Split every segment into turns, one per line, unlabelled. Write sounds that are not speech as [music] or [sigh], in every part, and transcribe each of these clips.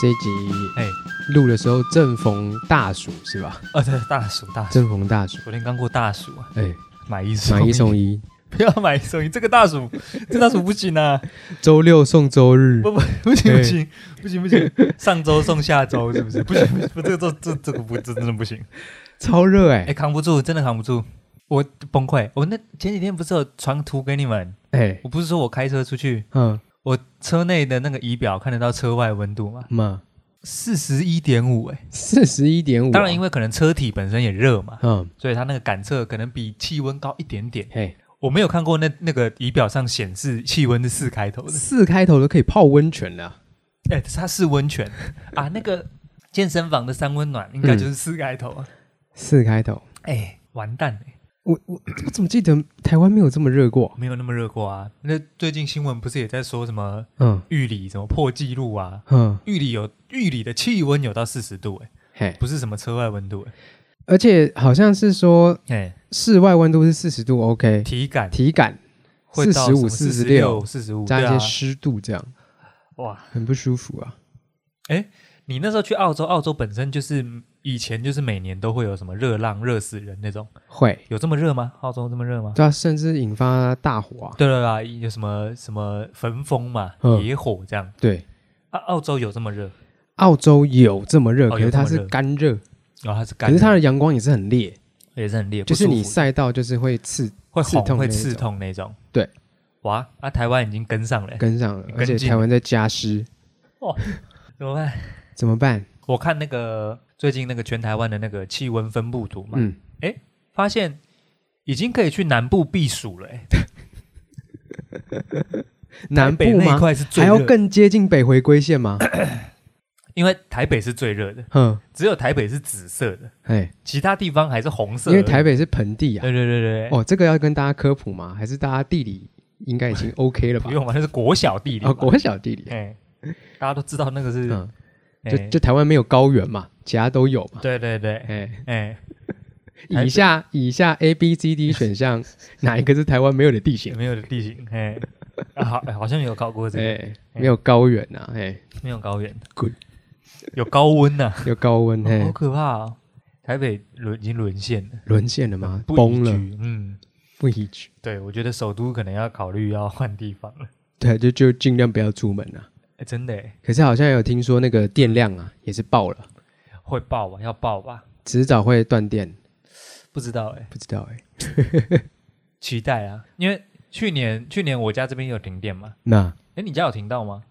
这一集
哎、
录的时候正逢大暑是吧？
哦对，大暑大
[laughs]
暑，
正逢大暑，
昨天刚过大暑啊，
哎，
买一送
买一送
一，
一，
不要买一送一，这个大暑，这大暑不行啊，
周六送周日
不，不不行
对
不行不行不行，上周送下周是不是？不行不行，不这个这这这个不这真的不行，
超热
哎、
哎
扛不住，真的扛不住，我崩溃。我那前几天不是有传图给你们，
哎，
我不是说我开车出去，
嗯
我车内的那个仪表看得到车外温度吗？
嘛，
四十一点五，哎，
四十一点五，
当然因
为
为可能车体本身也热嘛，
嗯
所以它那个感测可能比气温高一点点。
嘿，
我没有看过那那个仪表上显示气温是四开头的，
四开头都可以泡温泉了，
[laughs] 哎、它是温泉啊，那个健身房的三温暖应该就是四开头啊，
四开头，
哎、完蛋、欸，
我我我怎么记得台湾没有这么热过？
没有那么热过啊。那最近新闻不是也在说什么
嗯
玉里什么破纪录啊？
嗯
玉里有玉里的气温有到四十度、哎，
嘿，
不是什么车外温度、哎
而且好像是说
哎、
室外温度是四十度，OK，
体感
体感
会到
45
四十
46、
四十五，
加一
对啊
些，湿度这样，
哇！
很不舒服啊。
你那时候去澳洲，澳洲本身就是以前就是每年都会有什么热浪、热死人那种，
会，
有这么热吗？澳洲这么热吗？
对啊，甚至引发大火啊。
对了啦，有什么什么焚风嘛、
嗯
野火这样
对，
啊？澳洲有这么热？
澳洲有这么热，
哦
可是
有这么
它是
热
干热，
然后它是干
可
的，
是它的阳光也是很烈，
也是很烈，
就是
不舒
你
服
晒到就是会刺
会
刺痛
红、会
那一
刺
种
痛那种。
对，
哇，啊，台湾已经跟上了欸，
跟上了，而且
跟进
台湾在加湿，
怎么办？
怎么办？
我看那个最近那个全台湾的那个气温分布图嘛，
嗯，
发现已经可以去南部避暑了欸，
[laughs] 南
台北
部
那一
吗？
块是最
还
热
要
的，
更接近北回归线
[laughs]
吗？
因为台北是最热的，
哼，
只有台北是紫色的，
哎，
其他地方还是红色
因
而已。
为台北是盆地啊。
对对对对，对
哦，这个要跟大家科普吗？还是大家地理应该已
[laughs]
经 OK 了吧
不？用嘛，那是国小地理
哦，
嘛，
国小地理，
哎， [laughs] 大家都知道那个是，
嗯，
哎
就就台湾没有高原嘛，其他都有嘛。
对对对，
哎，
哎，台北
以下以下 A、B、C、D 选
[laughs]
项哪一个是台湾没有的地形？
没有的地形，哎，啊好，哎好像有搞过这个，
哎，没有高原呐，哎，
没有高原
滚，
有高温呐，
有高温，哎
好
嘿，
可怕哦！台北沦已经沦陷了，
沦陷了吗？
不宜
崩了，
居，嗯，
不宜居。
对，我觉得首都可能要考虑要换地方了，
对，就就尽量不要出门啊。
哎，真的哎
可是好像有听说那个电量啊也是爆了，
会爆吧？要爆吧？
迟早会断电，
不知道哎，
不知道哎。
期待啊，因为去年去年我家这边有停电嘛，
那
哎，你家有停到吗？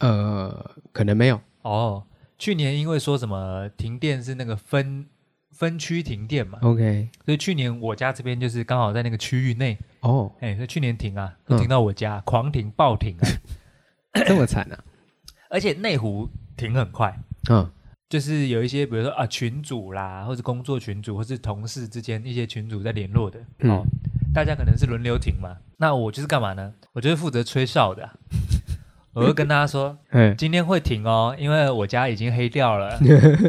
呃，可能没有，
哦，去年因为说什么停电是那个分分区停电
嗯
嘛，
OK，
所以去年我家这边就是刚好在那个区域内， [coughs]
哦，
哎，所以去年停啊，
嗯
都停到我家，狂停暴停啊，
这么惨啊！
而且内湖停很快，哦
嗯，
就是有一些比如说啊群组啦，或者工作群组，或是同事之间一些群组在联络的，
嗯
哦，大家可能是轮流停嘛，那我就是干嘛呢？我就是负责吹哨
[laughs]
的啊、我会跟大家说，
哎，
今天会停哦，因为我家已经黑掉了。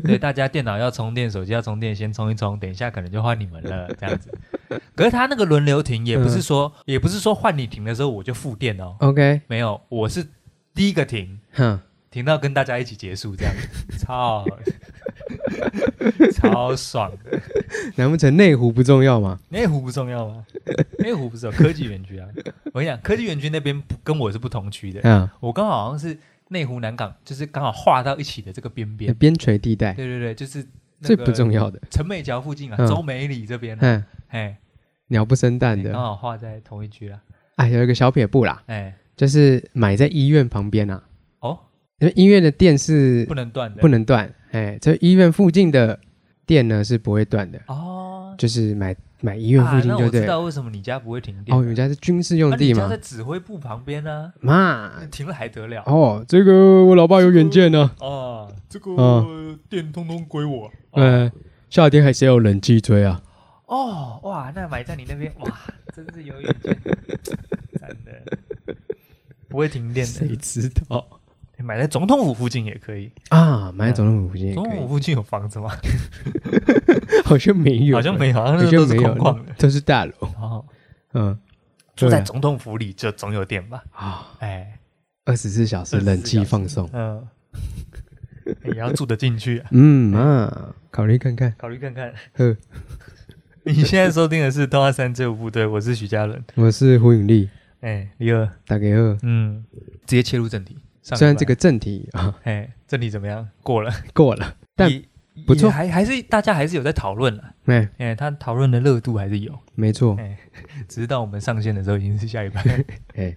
对，大家电脑要充电，手机要充电，先充一充，等一下可能就换你们了，这样子。可是他那个轮流停，也不是说，也不是说换你停的时候我就复电哦，
OK，
没有，我是第一个停，
哼，
停到跟大家一起结束这样子，超 [laughs] 超爽。
难不成内湖不重要吗？
内湖不重要吗？内湖不是有科技园区啊？我跟你讲，科技园区那边不跟我是不同区的，
嗯，
我刚好好像是内湖南港，就是刚好划到一起的这个边边。
边陲地带
对对对，就是
最不重
要。
要的，
陈美桥附近啊，
嗯
周美里这边啊，
嗯，
哎，
鸟不生蛋
刚
的。
好画在同一区啦，
哎，有一个小撇步啦，
哎，
就是买在医院旁边啊，
哦，
因为医院的电是
不能断的，
不能断，哎，这医院附近的电呢是不会断的，
哦。
就是买买医院附
啊
近
那
就
我
对了。
知道为什么你家不会停电。
哦，我们家是军事用
啊
地
你家
嘛
在，指挥部旁边呢，
嘛，
停了还得了？
哦，这个我老爸有远见啊呢，
哦，这
嗯
电通通归我。哦
嗯，夏天还是要有冷气吹
[laughs]
啊，
哦，哇，那买在你那边，哇，真是有远见， [laughs] 真的不会停电
谁
的。
知道
买在总统府附近也可以，
啊？买在总统府附近也
总
可
统府
以，
附近有房子吗？
好像没有，
好像，没有，好像
好
那
像
都是
没
空
有
旷的，。
都是大楼，
哦，
嗯，
住在
对啊
总统府里就总有电吧？
啊，嗯
哎，
二十四小时
24
冷气
小时
放送，
嗯， [laughs] 也要住得进去、啊，
嗯啊，考虑看看。
考虑看看。
呵，
[laughs] 你现在收听的是《动画三这五部队》，我是徐嘉伦。
我是胡永利，
哎，李二，
打给二。
嗯，直接切入正题。上
虽然
礼拜
这个正题啊 [laughs]
哎，正题怎么样？过了，
过了，但
也
不错
也还还是大家还是有在讨论了。
哎，
哎，他讨论的热度还是有，
没错，
只是到我们上线的时候已经是下礼拜。
哎，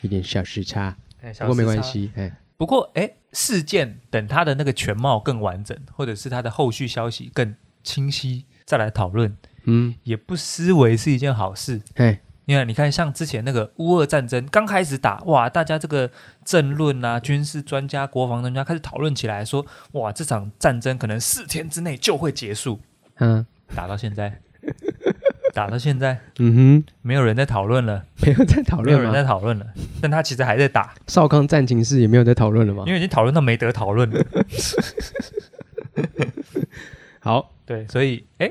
一点小时差，
哎
[laughs] 不过没关。系，哎，
不过，哎，事件等它的那个全貌更完整，或者是它的后续消息更清晰，再来讨论，
嗯，
也不失为是一件好事。
哎，
因为你看，像之前那个乌俄战争刚开始打，哇，大家这个政论啊、军事专家、国防专家开始讨论起来说，哇，这场战争可能四天之内就会结束。
嗯
打到现在，打到现在，
嗯哼， [laughs]
没有人在讨论了，
没有在讨
没有
论
人在
吗？
讨论了，但他其实还在打，
少康战情室也没有在讨论了吗
因？为已经讨论到没得讨论了。
好，
对，所以，哎，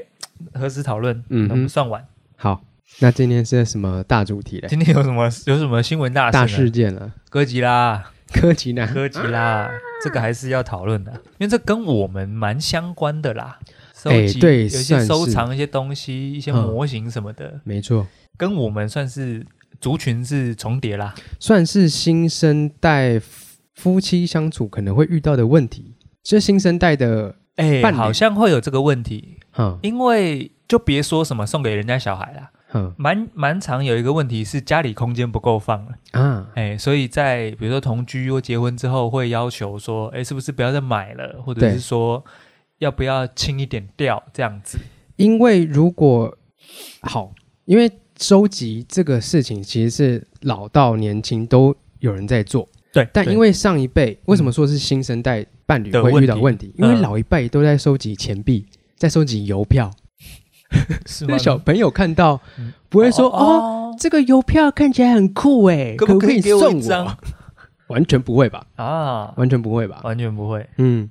何时讨论？
嗯
嗯，
哼
我们算晚。
好，那今天是什么大主题嘞？
今天有什么有什么新闻大事？
大事，件啊 [laughs] 了，
哥吉拉，
科技男，
哥吉拉，这个还是要讨论的，因为这跟我们蛮相关的啦。收
哎
集
对
有一
算
些
是
收藏一些东西，一些
嗯
模型什么的，
没错，
跟我们算是族群是重叠啦。
算是新生代夫夫妻相处可能会遇到的问题，这新生代的，
哎、
伴侣
好像会有这个问题，
哈
因为就别说什么送给人家小孩啦，
哈
蛮蛮常有一个问题是家里空间不够放了，
啊，
哎、所以在比如说同居或结婚之后，会要求说，哎、是不是不要再买了，或者
对
是说要不要轻一点掉这样子？
因为如果好，因为收集这个事情其实是老到年轻都有人在做，
对，
但
对嗯
因为上一辈为什么说是新生代伴侣
的
会
问
遇到
题
问题？因为
嗯
老一辈都在收集钱币，在收集邮票，
[laughs] 是
那
吗？
小朋友看到
嗯
不会说哦。这个邮票看起来很酷哎，
可
不
不可以给
送
我一张？
[laughs] 完全不会吧？
啊，
完全不会吧？
完全不会，
嗯，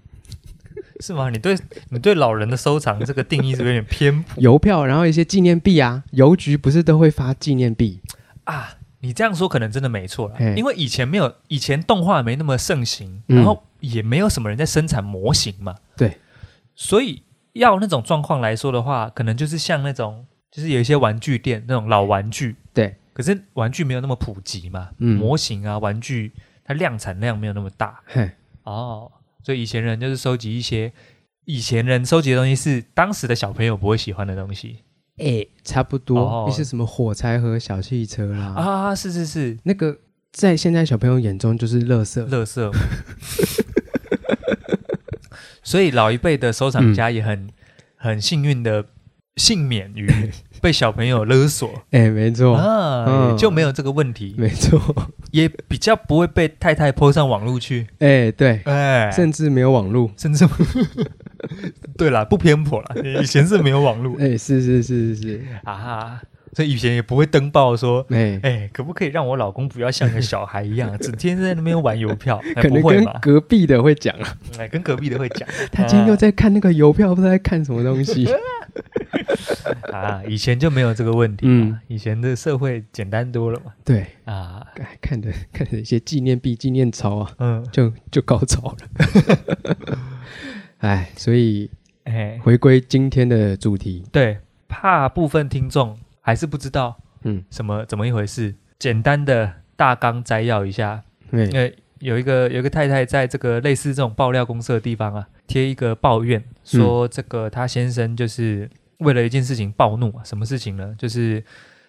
是吗？你对你对老人的收藏这个定义是不是有点偏颇
邮票，然后一些纪念币啊，邮局不是都会发纪念币？
啊？你这样说可能真的没错啦
嘿，
因为以前没有，以前动画没那么盛行，
嗯
然后也没有什么人在生产模型嘛，
对，
所以要那种状况来说的话，可能就是像那种，就是有一些玩具店那种老玩具，
对，
可是玩具没有那么普及嘛，
嗯
模型啊玩具它量产量没有那么大，
嘿，
哦，所以以前人就是收集一些以前人收集的东西是当时的小朋友不会喜欢的东西
哎，差不多、
哦
一些什么火柴盒、小汽车啦，
啊，是是是，
那个在现在小朋友眼中就是垃圾。
乐色。所以老一辈的收藏
嗯
家也很、很幸运的幸免于
[laughs]
被小朋友勒索。
哎，没错，
啊，
嗯
也就没有这个问题，
没错，
也比较不会被太太泼上网络去。
哎，对，
哎，
甚至没有网路。
甚至 [laughs] 对啦，不偏颇啦，以前是没有网
[laughs]
络
哎，是是是是是，
啊，所以以前也不会登报说
哎，
哎、可不可以让我老公不要像个小孩一样，整天在那边玩邮票？哎
可
不
能
会
跟
吧？
隔壁的会讲啊，
哎，跟隔壁的会讲，
他今天又在看那个邮票，不知道在看什么东
[laughs]
西。
啊，以前就没有这个问题
嗯
嘛，以前的社会简单多了嘛，
对，
啊，
哎看着看着一些纪念币、纪念钞啊，
嗯，
就就高潮了。
[laughs]
哎，所以
哎，
回归今天的主题，
对，怕部分听众还是不知道
嗯，
什么怎么一回事，简单的大纲摘要一下，
对，
因为有一个有一个太太在这个类似这种爆料公社的地方啊，贴一个抱
嗯
怨，说这个她先生就是为了一件事情暴怒啊，什么事情呢？就是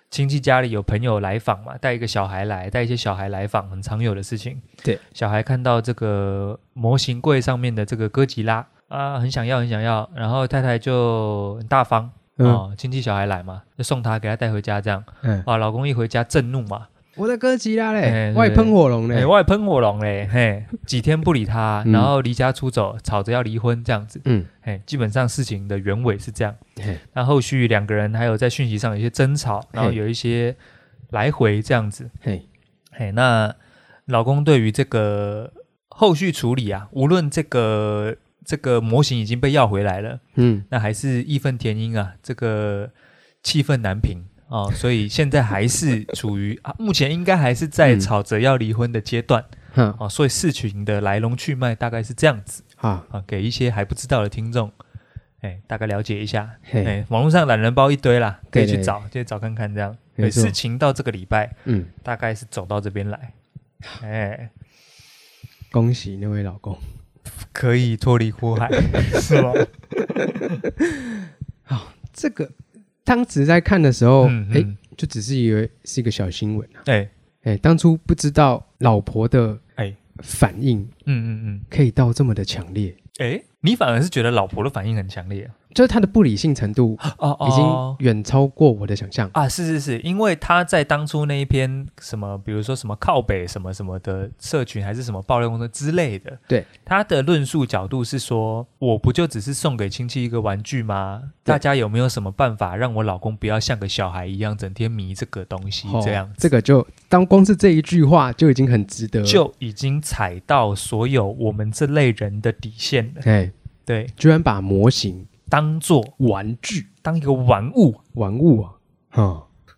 亲戚家里有朋友来访嘛，带一个小孩来，带一些小孩来访，很常有的事情。
对，
小孩看到这个模型柜上面的这个哥吉拉啊，很想要，很想要，然后太太就很大方。
嗯
哦，亲戚小孩来嘛，就送他给他带回家，这样
嗯，
啊，老公一回家震怒嘛，
我的哥吉拉嘞
哎，
外喷火龙
哎、
嘞，
外喷火龙嘞，嘿，几天不理他，
嗯
然后离家出走，吵着要离婚这样子，
嗯，
嘿，基本上事情的原委是这样。
嘿
那后续两个人还有在讯息上有一些争吵，然后有一些来回这样子，
嘿，
嘿，那老公对于这个后续处理啊，无论这个这个模型已经被要回来了，
嗯，
那还是义愤填膺啊，这个气愤难平。哦，所以现在还是处于啊，目前应该还是在
嗯
吵着要离婚的阶段。
哈，
哦，所以事情的来龙去脉大概是这样子。
啊，
啊，给一些还不知道的听众，哎，大概了解一下。
嘿，
哎，网络上懒人包一堆啦，可以
对
去
对
找，就找看看这样。
没
对，
错
事情到这个礼拜
嗯，
大概是走到这边来，哎，
恭喜那位老公。
可以脱离苦海， [laughs] 是吗？
这个当时在看的时候，哎、
嗯嗯
就只是以为是一个小新闻啊。
哎
哎、当初不知道老婆的
哎，
反应
嗯嗯嗯，
可以到这么的强烈，
哎，你反而是觉得老婆的反应很强烈啊
就是她的不理性程度
哦
已经远超过我的想象。
啊，是是是，因为他在当初那一篇什么，比如说什么靠北什么什么的社群，还是什么爆料公司之类的，
对
他的论述角度是说，我不就只是送给亲戚一个玩具吗？
对
大家有没有什么办法让我老公不要像个小孩一样，整天迷这个东西
哦
这样？
这个就当光是这一句话就已经很值得。
就已经踩到所有我们这类人的底线了。
哎，
对，
居然把模型、
当做
玩具、
当一个玩物，
玩物啊，哈、 [laughs]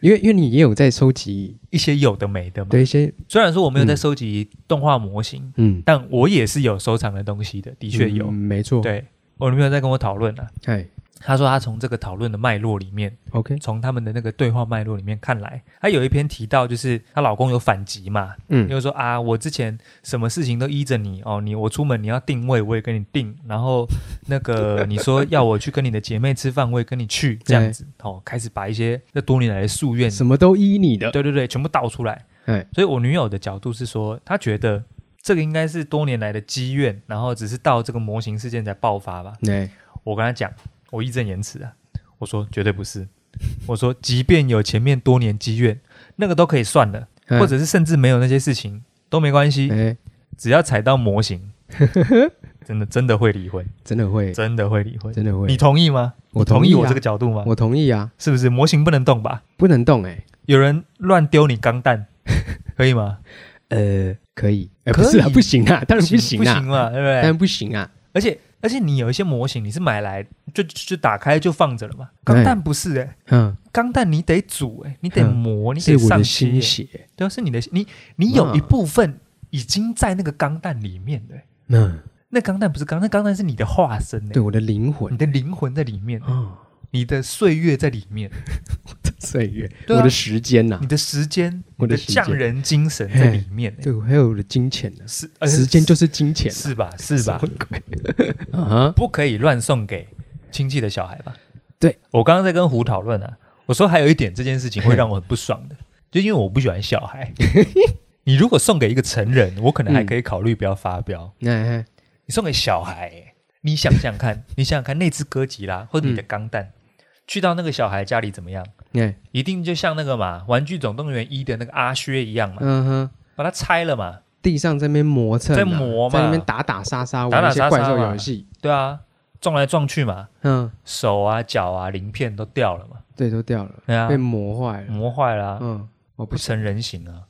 因为因为你也有在收集
一些有的没的嘛。
的一些，
虽然说我没有在
嗯
收集动画模型，
嗯，
但我也是有收藏的东西的，的
的
确有。
没错，，
对我女朋友在跟我讨论啊，
哎
她说她从这个讨论的脉络里面，
，OK，
从他们的那个对话脉络里面看来，她有一篇提到就是她老公有反击嘛，
嗯，
就是说啊，我之前什么事情都依着你哦，你我出门你要定位，我也跟你定，然后那个你说要我去跟你的姐妹吃饭，我也跟你去，这样子哦，开始把一些这多年来的夙愿，
什么都依你的，
对对对，全部倒出来。
哎，
所以我女友的角度是说，她觉得这个应该是多年来的积怨，然后只是到这个模型事件才爆发吧。
哎，
我跟她讲，我义正言辞啊，我说绝对不是， [laughs] 我说即便有前面多年积怨，那个都可以算了，嗯
哎
或者是甚至没有那些事情都没关系，
哎，
只要踩到模 [laughs] 型，真的真的会离婚，
真的会，
真的会离婚。
真的会
你，同意吗？
我
你同
意
我
啊
这个，角度吗？
我同意啊，
是不是模型不能动吧？
不能动哎，
有人乱丢你钢 [laughs] 弹，可以吗？
呃，可以，哎，
可
不是啊，
以嗯
不行啊， [laughs] 当然不行
[laughs] 不行
啊，
嘛，对不对？
当然不行啊，
而且而且你有一些模型，你是买来就就就打开就放着了嘛？钢弹不是哎、
嗯，
钢弹你得煮哎、你得
嗯
磨，你
是
得
我的
上
心
漆欸、
血，
对啊，是你的你你有一部分已经在那个钢弹里面了欸、
嗯，
那钢弹不是钢，那钢弹是你的化身哎、
对我的灵
你
魂
的灵魂在里面，
啊，
你的岁月在里面，
[laughs] 岁月，
对啊
我的时间呐
你，的时间，
我的
你的
时间
匠人精神在里面、欸，
对，还有我的金钱呢，
是呃
时间就是是金钱啊，
哎是吧是吧
什，么鬼啊哈，
不可以乱送给亲戚的小孩吧？
对
我刚刚在跟胡讨论啊，我说还有一点这件事情会让我很不爽的，就因为我不喜欢小
[laughs]
孩。你如果送给一个成人，我可能还可以考虑不要发飙。
哎哎，
你送给小孩、欸你想想看， [laughs] 你想想看那只哥吉拉或者你的钢
嗯
弹，去到那个小孩家里怎么样？
哎，
一定就像那个嘛，《玩具总动员一》的那个阿薛一样嘛，
嗯哼。
把它拆了嘛，
地上这边磨蹭啊，
在磨嘛
在那边打打杀杀，
打
玩
打
一些
杀杀
怪兽
嘛
游戏，
对啊，撞来撞去嘛，
嗯，
手啊、脚啊、鳞片都掉了嘛，
对，都掉了，
对啊
被，磨坏了，
磨坏了啊、
嗯，我不
不
行
成人形啊。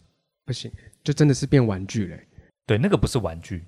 不行，就真的是变玩具嘞，
对，那个不是玩具，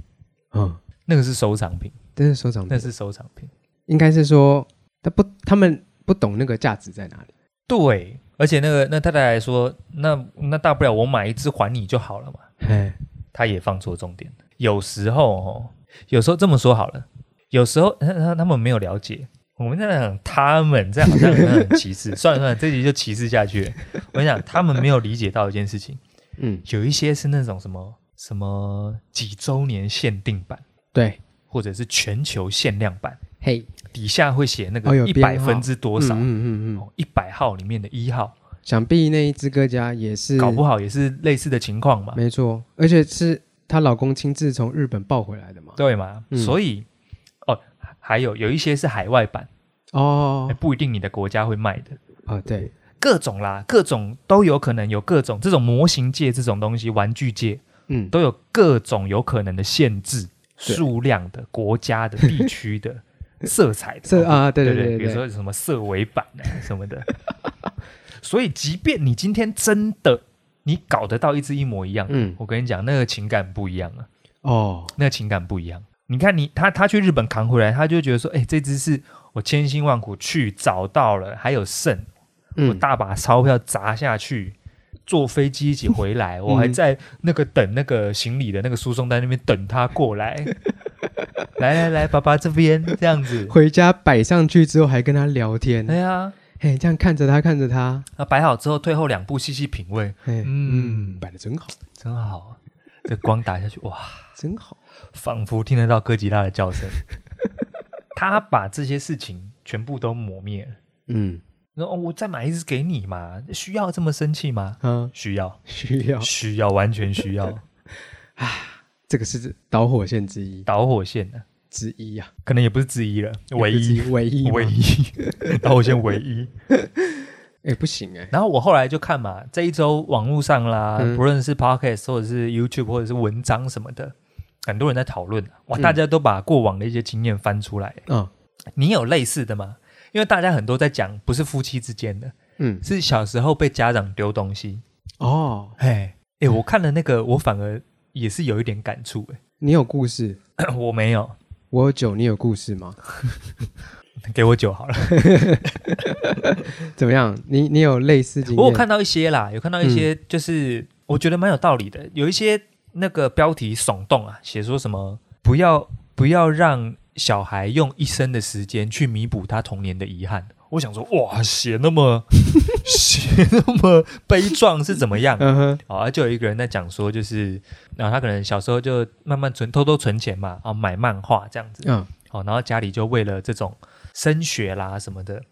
嗯，
那个是收藏品，
真是收藏
那
品，
是收藏品。
应该是说他不，他们不懂那个价值在哪里，
对，而且那个那太太还说，那那大不了我买一只还你就好了嘛。
哎，
她也放错重点。有时候哦，有时候这么说好了，有时候他他他们没有了解。我们在讲他们，这样好像很歧 [laughs] 视。算了算了，这集就歧视下去了。我跟你讲，他们没有理解到一件事情，
嗯，
有一些是那种什么什么几周年限定版，
对，
或者是全球限量版，
嘿，
底下会写那
哦
个
有
一百
编号
分之多少
嗯，嗯嗯嗯，
哦，一百号里面的一号，
想必那一只哥家也是，
搞不好也是类似的情况嘛，
没错，而且是她老公亲自从日本抱回来的嘛，
对吗？
嗯
所以哦，还有有一些是海外版，哎
哦，
不一定你的国家会卖的，
哦，对，
各种啦，各种都有可能有各种这种模型界这种东西，玩具界
嗯，
都有各种有可能的限制，
对
数量的、国
[laughs]
家的、地区的、色彩的，
色啊，对
对
对
比如
对对，
说什么色违版啊 [laughs] 什么的。所以，即便你今天真的你搞得到一只一模一样，
嗯，
我跟你讲，那个情感不一样啊，
哦，
那个情感不一样。你看你他他去日本扛回来，他就觉得说，哎、这只是我千辛万苦去找到了，还有剩，我
嗯，
大把钞票砸下去。坐飞机一起回
嗯
来，我还在那个等那个行李的那个输送带那边等他
[laughs]
过来。来来来，爸爸这边这样子。
[laughs] 回家摆上去之后还跟他聊天，
对啊，
嘿，这样看着他看着他，
那摆好之后退后两步，细细品味，
嘿，
嗯
嗯，摆的真好，
真好。这光打下去，哇，
真好，
仿佛听得到哥吉拉的叫声。他把这些事情全部都磨灭了。
嗯
那、哦、我再买一只给你嘛？需要这么生气吗？
啊，
需要，
需要
需要，完全需要。
[laughs] 这个是导火线之一
导火线呢、
之一啊，
可能也不是之一了，唯一
也，不是之一唯
唯
一吗，
一，导火线唯一。
哎，不行哎，
然后我后来就看嘛，这一周网络上啦，
嗯
不论是 podcast 或者是 YouTube 或者是文章什么的，很多人在讨论啊哇，
嗯
大家都把过往的一些经验翻出来。
啊，
你有类似的吗？因为大家很多在讲，不是夫妻之间的，
嗯，
是小时候被家长丢东西。
哦，
哎哎，我看了那个，我反而也是有一点感触、
你有故事，
哎， [coughs] 我没有，
我有酒，你有故事吗？
给我酒好了。
怎么样？你你有类似经验？嗯
我有看到一些啦，有看到一些，就是、我觉得蛮有道理的。有一些那个标题耸动啊，写说什么不要不要让小孩用一生的时间去弥补他童年的遗憾。我想说，哇，写那么 [laughs] 写那么悲壮是怎
[laughs]
么样？
嗯哼，
好、啊，就有一个人在讲说，就是然后他可能小时候就慢慢存，偷偷存钱嘛，啊，买漫画这样子。
嗯
哦，然后家里就为了这种升学啦什么的，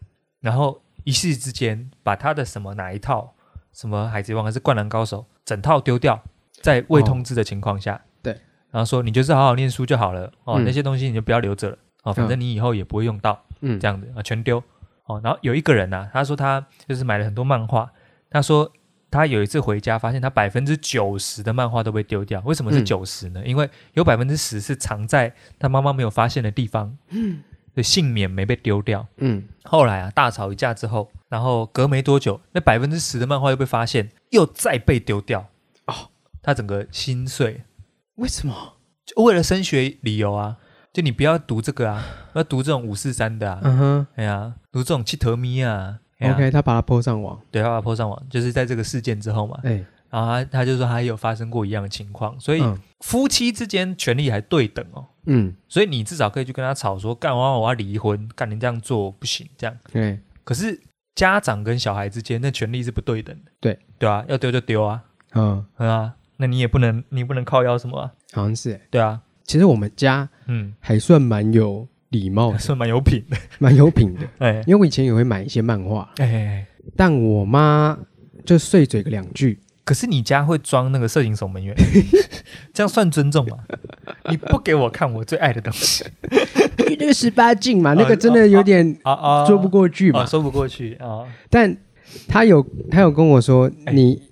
然后一夕之间把他的什么哪一套什么海贼王还是灌篮高手整套丢掉，在未通知的情况下，
哦对，
然后说你就是好好念书就好了哦，
嗯
那些东西你就不要留着了哦，反正你以后也不会用到，
嗯，
这样子啊全丢哦。然后有一个人呐、他说他就是买了很多漫画，他说。他有一次回家，发现他百分之九十的漫画都被丢掉。为什么是
嗯
九十呢？因为有百分之十是藏在他妈妈没有发现的地方，的幸免没被丢掉。
嗯
后来啊，大吵一架之后，然后隔没多久，那百分之十的漫画又被发现，又再被丢掉。
哦，
他整个心碎，
为什么？
就为了升学理由啊，就你不要读这个啊，要读这种五四三的啊，
嗯哼
哎呀、读这种七头咪啊。哎呀
，OK，他把它 PO 上网，
对，他把它 po 上网，就是在这个事件之后嘛，
哎，
然后他他就说他有发生过一样的情况，所以
嗯
夫妻之间权利还对等哦，
嗯，
所以你至少可以去跟他吵说，干完我要离婚，干你这样做不行，这样。
对，
可是家长跟小孩之间那权利是不对等的，
对
对啊，要丢就丢啊，
嗯，
嗯啊，那你也不能你不能靠腰什么啊，
好像是哎。
对啊，
其实我们家
嗯，
还算蛮有礼貌 [laughs] 的，
[laughs] 算蛮有品的，
蛮有品的，
哎
因为我以前也会买一些漫画，
哎哎，
但我妈就碎嘴个两句， [laughs]
可是你家会装那个色情守门员，这样算尊重吗？你不给我看我最爱的东西
因为那个十八禁嘛，
哦
那个真的有点
啊啊，
说不过去
啊，
嘛。
说不过去啊，
但她有她有跟我说，
哎
你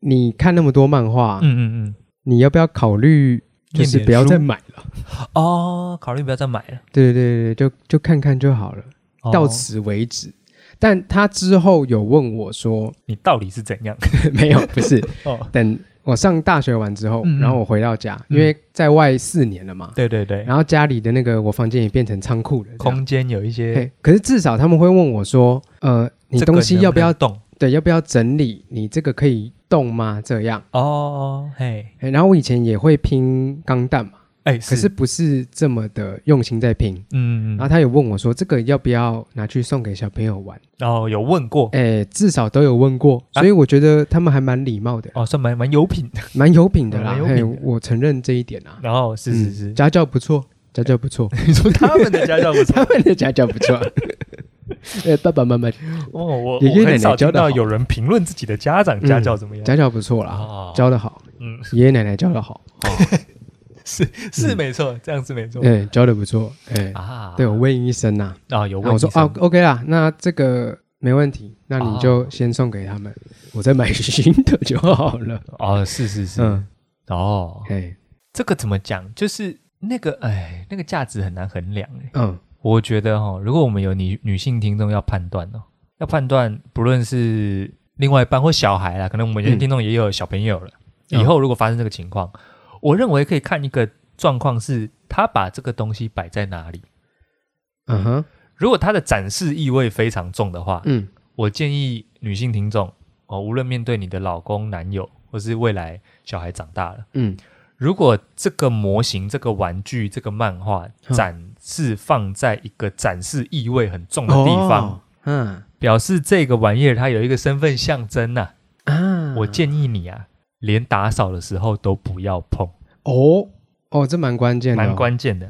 你看那么多漫画，
嗯嗯
你要不要考虑啊就是不要再买了？
嗯，哦，考虑不要再买了，
对对对对，就就看看就好了，
哦
到此为止。但她之后有问我说， [laughs]
你到底是怎样？
没有，不是，
哦，
等我上大学完之后，
嗯嗯
然后我回到家，
嗯
因为在外四年了嘛，
对对对，
然后家里的那个我房间也变成仓库了，这样
空间有一些
嘿，可是至少他们会问我说，呃，你
这个
东西要不要
能动？
对，要不要整理？你这个可以动吗？这样。
哦，嘿，
嘿然后我以前也会拼钢弹嘛，
哎，
可是啊不是这么的用心在拼。
嗯，
然后他有问我说，这个要不要拿去送给小朋友玩？
然后有问过，
哎，至少都有问过，
哦啊
所以我觉得他们还蛮礼貌的，
哦，算蛮蛮有品的。
蛮有品的啦
蛮。有品
嘿，
的
我承认这一点啊。
然后是是
嗯
是，
家教不错，家教不错，
你说 [laughs] 他们的家教不
[laughs]
错
他们的家教不 [laughs] 错。呃，爸爸妈妈
[laughs] 哦，我
爷爷奶
我
奶
很少
教
听
得好嗯
到有人评论自己的家长家教怎么样
家教不错啦，
哦
教的好，
嗯，
爷爷奶奶教的好，
是 [laughs] 是没错，这样是没错
哎，教的不错，哎，
啊。
对我问医生呐，
啊，有
然后
问
我
医
说
生哦
啊，OK 啦，那这个没问题，那你就先送给他们，我再买新的就好
[laughs]
了。
哦，是是是，
嗯，
哦，
哎，
这个怎么讲？就是那个哎，那个价值很难衡量哎。
嗯，
我觉得哈、哦，如果我们有女女性听众要判断哦，要判断不论是另外一半或小孩啦，可能我们有些
嗯
听众也有小朋友了，
嗯
以后如果发生这个情况，我认为可以看一个状况是他把这个东西摆在哪里。
嗯哼，
如果他的展示意味非常重的话，
嗯，
我建议女性听众哦，无论面对你的老公、男友，或是未来小孩长大了，
嗯
如果这个模型、这个玩具、这个漫画
嗯
展示放在一个展示意味很重的地方，
哦嗯
表示这个玩意儿它有一个身份象征呐、
啊，
我建议你啊，连打扫的时候都不要碰，
哦哦，这蛮关键的哦，
蛮关键的。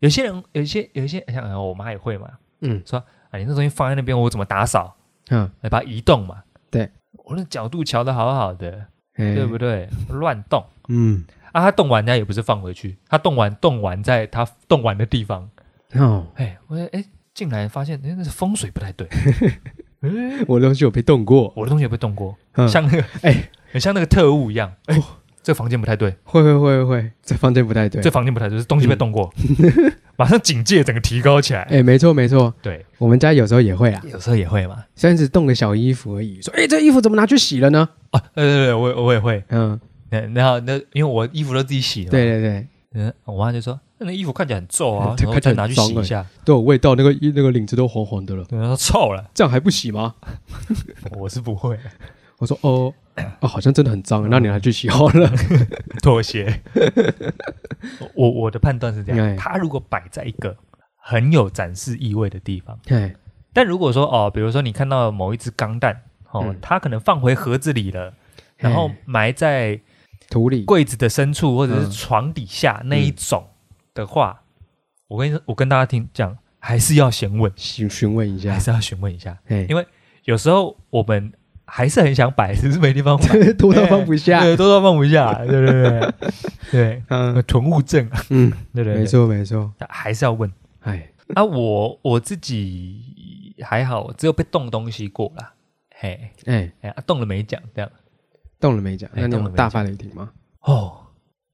有些人，有些有些像、呃我妈也会嘛，
嗯
啊，你那东西放在那边，我怎么打扫？
嗯，
来把它移动嘛。
对，
我的角度瞧得好好的，
对
对不
对？
对？乱动
嗯
啊，它动完它也不是放回去，它动完动完在它动完的地方，
哦，
哎，我哎进来发现哎那是风水不太对，哎
我的东西有被动过，
我的东西有被动过，
嗯哦
像那个
哎，
很像那个特务一样，哎，这房间不太对，
会会会会，这房间不太对嗯
这。房间不太对，是东西被动过，马上警戒整个提高起来。
哎，没错没错，
对，
我们家有时候也会啊，
有时候也会嘛。
虽然只动个小衣服而已，说哎这衣服怎么拿去洗了呢？
哦，对对对，我我也会。
嗯，
嗯然后那因为我衣服都自己洗的嘛，
对对对，
嗯，我妈就说：“那衣服看起来很皱啊，
对
然后再拿去洗一
看起
下。
都有味道，那个衣那个领子都黄黄的了”，
对，她说臭了，
这样还不洗吗？
我是不会
我说哦哦，好像真的很脏，那你拿去洗好了。 [laughs]
妥协。我我的判断是这
哎
样，它如果摆在一个很有展示意味的地方，
哎，
但如果说哦，比如说你看到某一只钢蛋，哦，
嗯
它可能放回盒子里了，然后
哎
埋在
土里
柜子的深处或者
嗯
是床底下那一种的话，我跟你说，我跟大家听讲，还是要询问，
询询问一
[laughs]
下
还，是要询问一下。
哎
因，有时候我们还是很想摆，只是没地
[laughs]
方摆，
拖到放不下。
对，多到放不下，对对对对，
嗯
囤物症，啊
嗯，
对 [laughs] 对，
没错没错，
对，还是要问。
哎，
啊，我我自己还好，我只有被动东西过啦，嘿，
哎，
哎、啊动了没讲这样。
动了没讲？
哎
那你
动了
有
没
大发雷霆吗？
哦，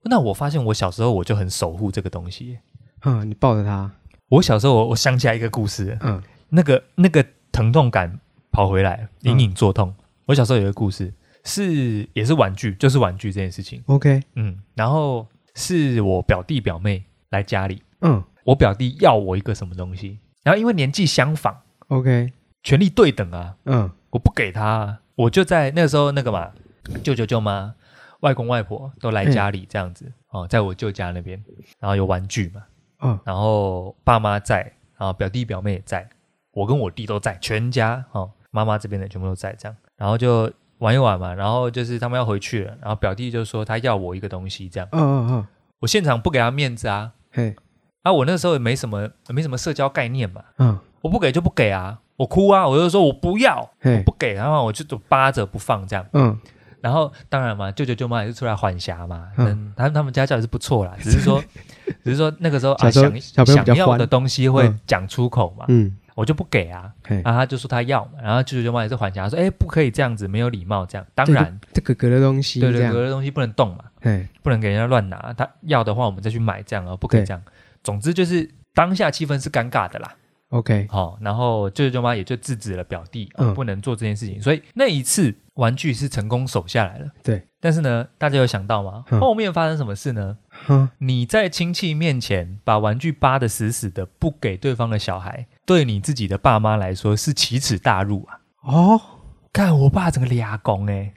那我发现我小时候我就很守护这个东西。
嗯，你抱着他，
我小时候我我想起来一个故事，
嗯
那个那个疼痛感跑回来，
嗯
隐隐作痛。我小时候有一个故事，是也是玩具，就是玩具这件事情。
，OK，
嗯，然后是我表弟表妹来家里，
嗯
我表弟要我一个什么东西，然后因为年纪相仿，
，OK，
权力对等啊，
嗯
我不给他、啊，我就在那个时候那个嘛，舅舅舅妈、外公外婆都来家里这样子、哦，在我舅家那边，然后有玩具嘛，
嗯
然后爸妈在，然后表弟表妹也在，我跟我弟都在，全家哦，妈妈这边的全部都在这样，然后就玩一玩嘛，然后就是他们要回去了，然后表弟就说他要我一个东西这样。
嗯嗯嗯，
我现场不给他面子啊，
嘿，
啊，我那时候也没什么没什么社交概念嘛，
嗯
我不给就不给啊，我哭啊，我就说我不要，
嘿哦
不，给，然后我就扒着不放这样，
嗯，
然后当然嘛，舅舅舅妈也是出来缓颊嘛，
嗯
嗯，他们他们家教也是不错
[laughs]
啦，只是说只是说那个时候啊
小时候小
想
朋友比较
想要
欢
的东西会
嗯
讲出口嘛，
嗯，
我就不给啊，
嘿，
然后他就说他要嘛，然后舅舅舅妈也是缓颊说，哎，不可以这样子，没有礼貌这样，当然，
这哥哥的东西
对
这
对，有
样，
的东西不能动嘛，
嘿，
不能给人家乱拿，他要的话我们再去买这样啊，不可以
对
这样。总之就是当下气氛是尴尬的啦，
OK，
好、然后舅舅舅妈也就制止了表弟、哦
嗯
不能做这件事情，所以那一次玩具是成功守下来了。
对，
但是呢，大家有想到吗？
嗯
后面发生什么事呢？
哼，
你在亲戚面前把玩具扒得死死的，不给对方的小孩，对你自己的爸妈来说是奇耻大辱啊！
哦，
看我爸整个俩拱哎，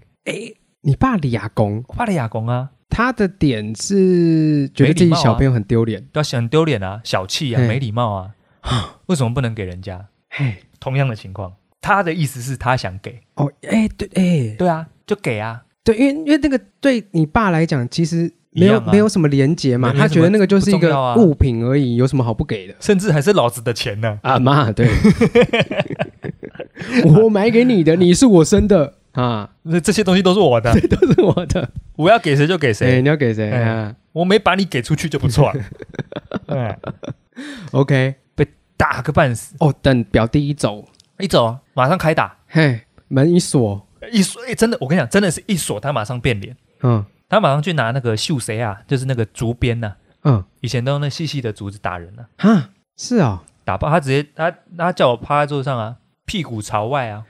你爸李亚公，
我爸的俩拱啊，
他的点是觉得自己小朋友很丢脸，
都要很丢脸啊，小气啊，
嘿
没礼貌啊，
[laughs]
为什么不能给人家？
嘿，
同样的情况，他的意思是他想给，
哦，哎，对，哎，
对啊，就给啊，
对，因为因为那个对你爸来讲，其实没
一
有
样啊
没有什么连结嘛，
没有
他觉得那个就是一
不重要
个
啊
物品而已，有什么好不给的？
甚至还是老子的钱呢、
啊妈， [laughs] 对，我买给你的，你是我生的啊，
那这些东西都是我的，
都是我的。
我要给谁就给
哎，
谁，
你要给谁
哎
啊
我没把你给出去就不错了。哎，
？OK，
打个半死，
哦，等表弟一走，
一走啊马上开打，
嘿，门一锁，
一锁、哎真的，我跟你讲，真的是一锁，他马上变脸，
嗯
他马上去拿那个袖谁啊，就是那个竹鞭呐、
嗯，
以前都用那细细的竹子打人呐、
哈，是啊，
打爆他直接他他叫我趴在桌上啊，屁股朝外啊，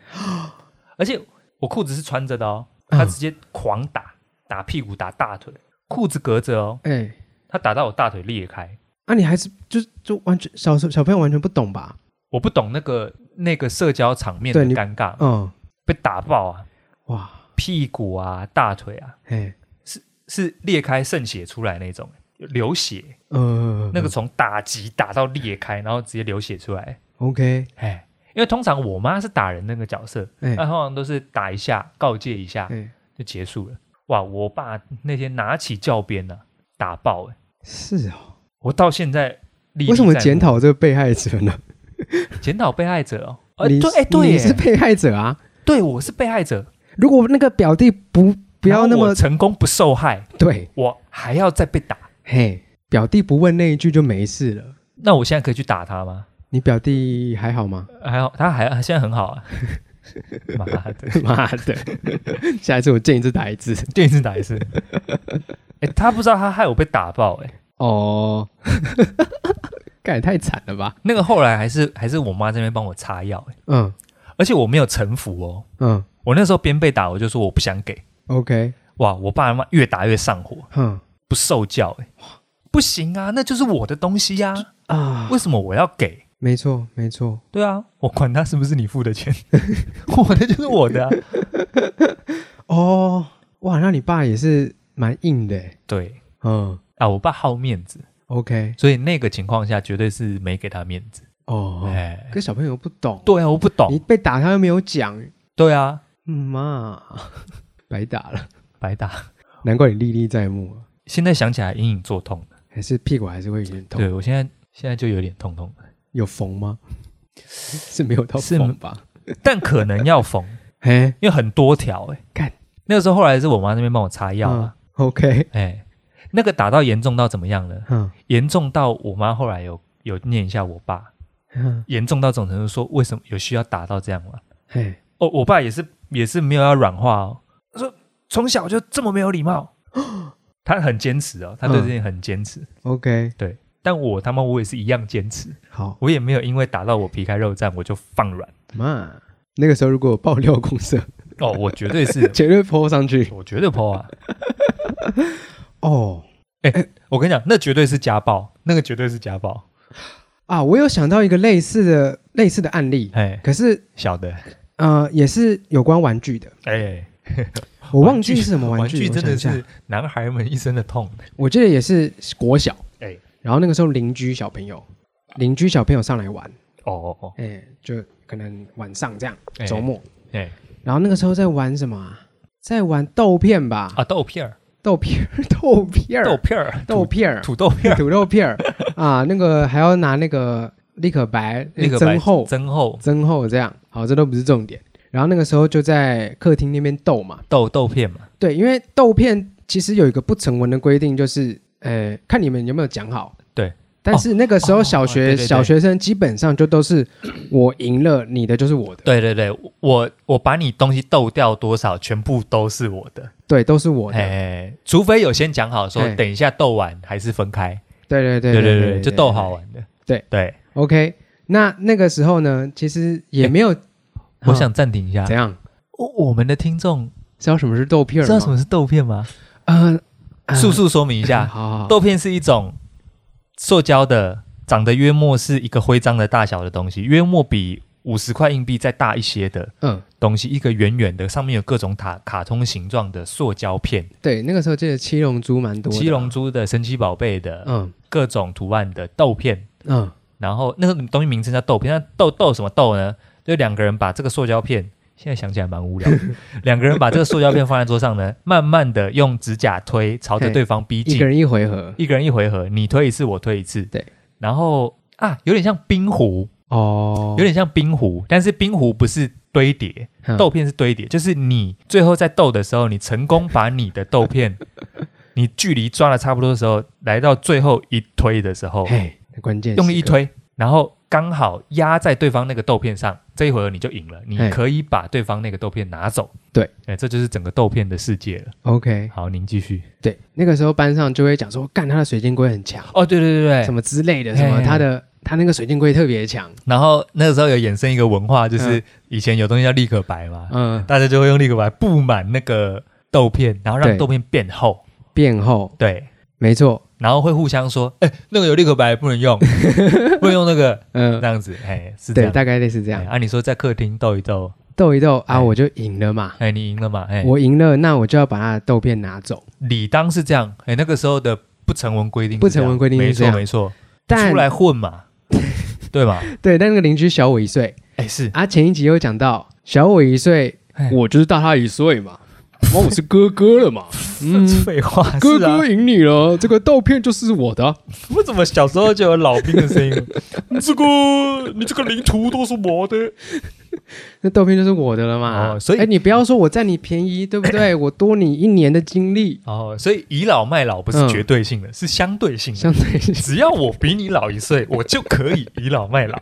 而且我裤子是穿着的哦，他
嗯
直接狂打，打屁股打大腿，裤子隔着哦，
哎，
他打到我大腿裂开。
啊，你还是就就完全小时候小朋友完全不懂吧？
我不懂那个那个社交场面的
对你
尴尬，
嗯，
被打爆啊！
哇，
屁股啊、大腿啊，
哎，
是裂开渗血出来那种，流血，
呃，
那个从打击打到裂开，然后直接流血出来。
OK，
哎，因为通常我妈是打人那个角色，
哎
那、通常都是打一下告诫一下
哎，
就结束了。哇，我爸那天拿起教鞭呢、打爆、哎，
是哦，
我到现在历历
为什么
在目
检讨这个被害者呢？
检讨被害者哦？呃，
你
对，哎、
是
对
你是
耶，
被害者啊！
对，我是被害者，
如果那个表弟不不要那
然后
么
我成功不受害，
对，
我还要再被打。
嘿，表弟不问那一句就没事了。
那我现在可以去打他吗？
你表弟还好吗？
还好，他还现在很好啊。妈
[laughs]
的，
妈的，下一次我见一次打一次。
电视打一次。哎、他不知道他害我被打爆、哎，
哦， [laughs] 干也太惨了吧？
那个后来还是还是我妈这边帮我擦药、哎，
嗯
而且我没有臣服哦。
嗯
我那时候边被打，我就说我不想给。
，OK，
哇，我爸妈越打越上火，
哼
不受教、哎，不行啊，那就是我的东西呀、
啊，
为什么我要给？
没错没错，
对啊，我管他是不是你付的钱，我的就是我的、啊。
哦，哇，那你爸也是蛮硬的欸，
对
嗯
啊，我爸好面子，
，OK，
所以那个情况下绝对是没给他面子。
哦，
哎、
可小朋友不懂，
对啊，我不
你
懂。
被打他又没有讲，
对啊，
嗯妈， [laughs] 白打了，
白打。
难怪你历历在目啊，
现在想起来隐隐作痛。
还是屁股还是会有点痛，
对我现在现在就有点痛痛的，
有缝吗？ [laughs] 是没有到
是
缝吧？
但可能要缝， [laughs]
哎
因为很多条哎、
干
那个时候后来是我妈那边帮我擦药啊，
嗯，OK，
哎、那个打到严重到怎么样呢？
嗯
严重到我妈后来有有念一下我爸，
嗯，
严重到这种程度说为什么有需要打到这样吗？
[laughs] 嘿，
哦，我爸也是也是没有要软化哦，他说从小就这么没有礼貌， [gasps] 嗯他很坚持哦，他对这件很坚持。
OK，
但我他妈我也是一样坚持，
好
我也没有因为打到我皮开肉绽我就放软。
妈，那个时候如果有爆料公社，，
哦，我绝对是
绝对泼上去
[laughs] 我绝对泼啊！
哦
我跟你讲，那绝对是家暴，那个绝对是家暴。
啊！我有想到一个类似的类似的案例，
哎，
可是
小的，
呃，也是有关玩具的，
哎，
我忘
玩具
记是什么
玩
具，
具
我
真
想
的
一下
是男孩们一生的痛。
我记得也是国小，
哎，
然后那个时候邻居小朋友，邻居小朋友上来玩，
哦哦哦，
哎，就可能晚上这样，
哎
周末，
哎
然后那个时候在玩什么啊？在玩豆片吧，
啊，豆片儿，
豆片儿，豆片
豆
儿，
片儿，
豆
土
片儿，
土豆片儿，
土豆片儿 [laughs] 啊，那个还要拿那个立可白、呃
那个白
增厚、
哎增厚
增厚这样。好，这都不是重点。然后那个时候就在客厅那边斗嘛，
豆豆片嘛。
对，因为豆片其实有一个不成文的规定，就是呃，看你们有没有讲好。
对，
但是那个时候
哦
小学、
对对对
小学生基本上就都是我赢了，你的就是我的，
对对对，我我把你东西斗掉多少，全部都是我的。
对，都是我的，
哎，除非有先讲好说
嘿，
等一下斗完还是分开。
对对对
对
对
对，就啊斗好。玩的。
对
对，
OK，那那个时候呢，其实也没有，
我想暂停一下
啊。怎样？
我我们的听众
知道什么是豆片
知
儿
道
吗？
什么是豆片吗？
呃？呃，
速速说明一
好
下，
好好，
豆片是一种塑胶的，长得约莫是一个徽章的大小的东西，约莫比五十块硬币再大一些的
嗯，
东西，一个圆圆的，上面有各种卡卡通形状的塑胶片，
对，那个时候记得七龙珠蛮多的啊，
七龙珠的、神奇宝贝的，
嗯
各种图案的豆片，
嗯，
然后那个东西名称叫豆片，那豆豆什么豆呢？就两个人把这个塑胶片，现在想起来蛮无
[laughs]
聊的。两个人把这个塑胶片放在桌上呢，慢慢的用指甲推，朝着
嘿
对方逼
一
近，
个人一回合
一个人一回合，你推一次，我推一次。
对，
然后啊，有点像冰壶，
哦
有，点像冰壶，但是冰壶不是堆叠，
嗯
豆片是堆叠，就是你最后在斗的时候，你成功把你的
[laughs]
豆片，你距离抓的差不多的时候，来到最后一推的时候，
嘿，关键
用力
时
一
刻，
推，然后刚好压在对方那个豆片上，这一回合你就赢了，你
哎
可以把对方那个豆片拿走。
对，
哎，这就是整个豆片的世界了。
OK，
好，您继续。
对，那个时候班上就会讲说，干他的水晶龟很强，
哦，对对对
什
对，
么之类的，什么
嘿
他的他那个水晶龟特别强，
然后那个时候有衍生一个文化，就是
嗯
以前有东西叫立可白嘛，
嗯，
大家就会用立可白布满那个豆片，然后让
对
豆片变厚。
变厚，
对，
没错，
然后会互相说，哎，那个有立可白不
[laughs]
能用，不能用那个
嗯
这，样子，哎，是这
对，
样。
大概类似这样
哎，啊，你说在客厅斗一斗，
斗一斗啊，
哎
我就赢了嘛。
哎，你赢了嘛？哎，
我赢了，那我就要把他的豆片拿走。
理当是这样。哎，那个时候的不成文规定是这样，
不成文规定是
没
这
错
样
没错，
但
出来
[laughs]
混嘛，对吧？
对，但那个邻居小我一岁
哎，是，
啊。前一集有讲到小我一岁
哎，
我就是大他一岁
[laughs]
嘛，然后我是哥哥了嘛，嗯，
废话，
哥
是啊
哥赢你了，这个豆片就是我的。啊
我怎么小时候就有老兵
[laughs]
的声音？你这个，你这个领土都是我的。
那豆片就是我的了嘛。
哦所以
哎，你不要说我占你便
[laughs]
宜，对不对？我多你一年的精力，
哦，所以倚老卖老不是绝对性的，是相对性的。
嗯相对 [laughs] 是
只要我比你老一岁，我就可以倚老
[laughs]
卖老。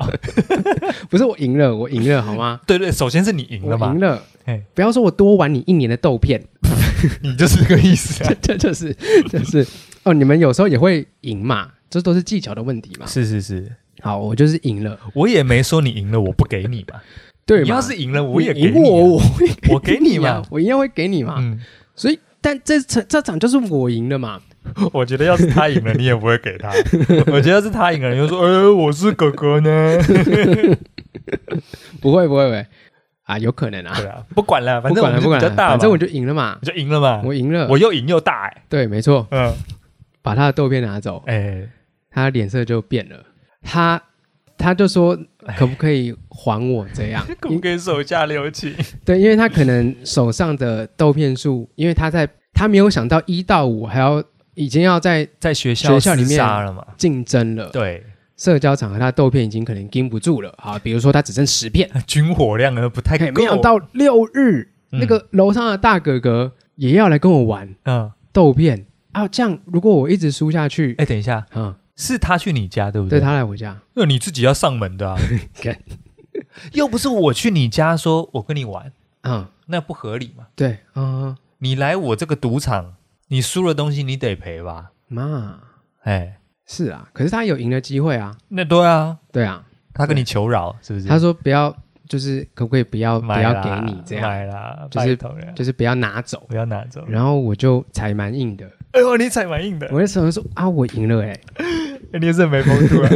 不是我赢了，我赢了，好吗？
对对，首先是你赢
我
了嘛
赢，了
嘿，
不要说我多玩你一年的豆片， [laughs]
你就是这个意思、啊
这。这就是就是哦，你们有时候也会赢嘛，这都是技巧的问题嘛。
是是是，
好，我就是赢了，
我也没说你赢了我不给你嘛。
对嘛
你要是赢了，我也
你
给
赢
你、啊。 [laughs]
我，我会
我给你
啊
嘛。
我一样会给你嘛。
嗯，
所以，但这场这场就是我赢了嘛。
[laughs] 我觉得要是他赢了，你也不会
[laughs]
给他。我觉得要是他赢了，你就说：“呃、我是哥哥呢。 [laughs]
不会，不会，不会啊，有可能”啊。
对啊，不管了，反
不
正我
管了，
们
不
就
管
比较
了，
大嘛，
反正我就赢了嘛
你，就赢了嘛。
我赢了。
我又赢又大哎、
对，没错，
嗯，
把他的豆片拿走，
哎、
他脸色就变了，他他就说可不可以还我这
[laughs]
样？
可不
因
可以手下留情？
对，因为他可能手上的豆片数，因为他在他没有想到一到五还要已经要在
在学
学校里面
厮杀了嘛？
竞争了，
对，
社交场合他的豆片已经可能盯不住了啊，比如说他只剩十片，
军火量呢不太够。
嘿嗯哎没想到六日、
嗯
那个楼上的大哥哥也要来跟我玩
嗯，
豆片啊，这样如果我一直输下去，
哎，等一下，
啊、
是他去你家对不
对
对？，
他来我家，
那你自己要上门的啊
[laughs] 干。
又不是我去你家说我跟你玩，
嗯，
那不合理嘛？
对，嗯，
你来我这个赌场，你输了东西你得赔吧？
妈。
哎，
是啊，可是他有赢的机会啊。
那对啊，
对啊，
他跟你求饶是不是？
他说不要，就是可不可以不要不
买
要
啦
给你这样，
买啦，
就是
拜托了，
就是不要拿走。
不要拿走。
然后我就才蛮硬的，
哎呦，你踩蛮硬的，
我那时候说啊，我赢了哎、
欸你也是很没风度啊，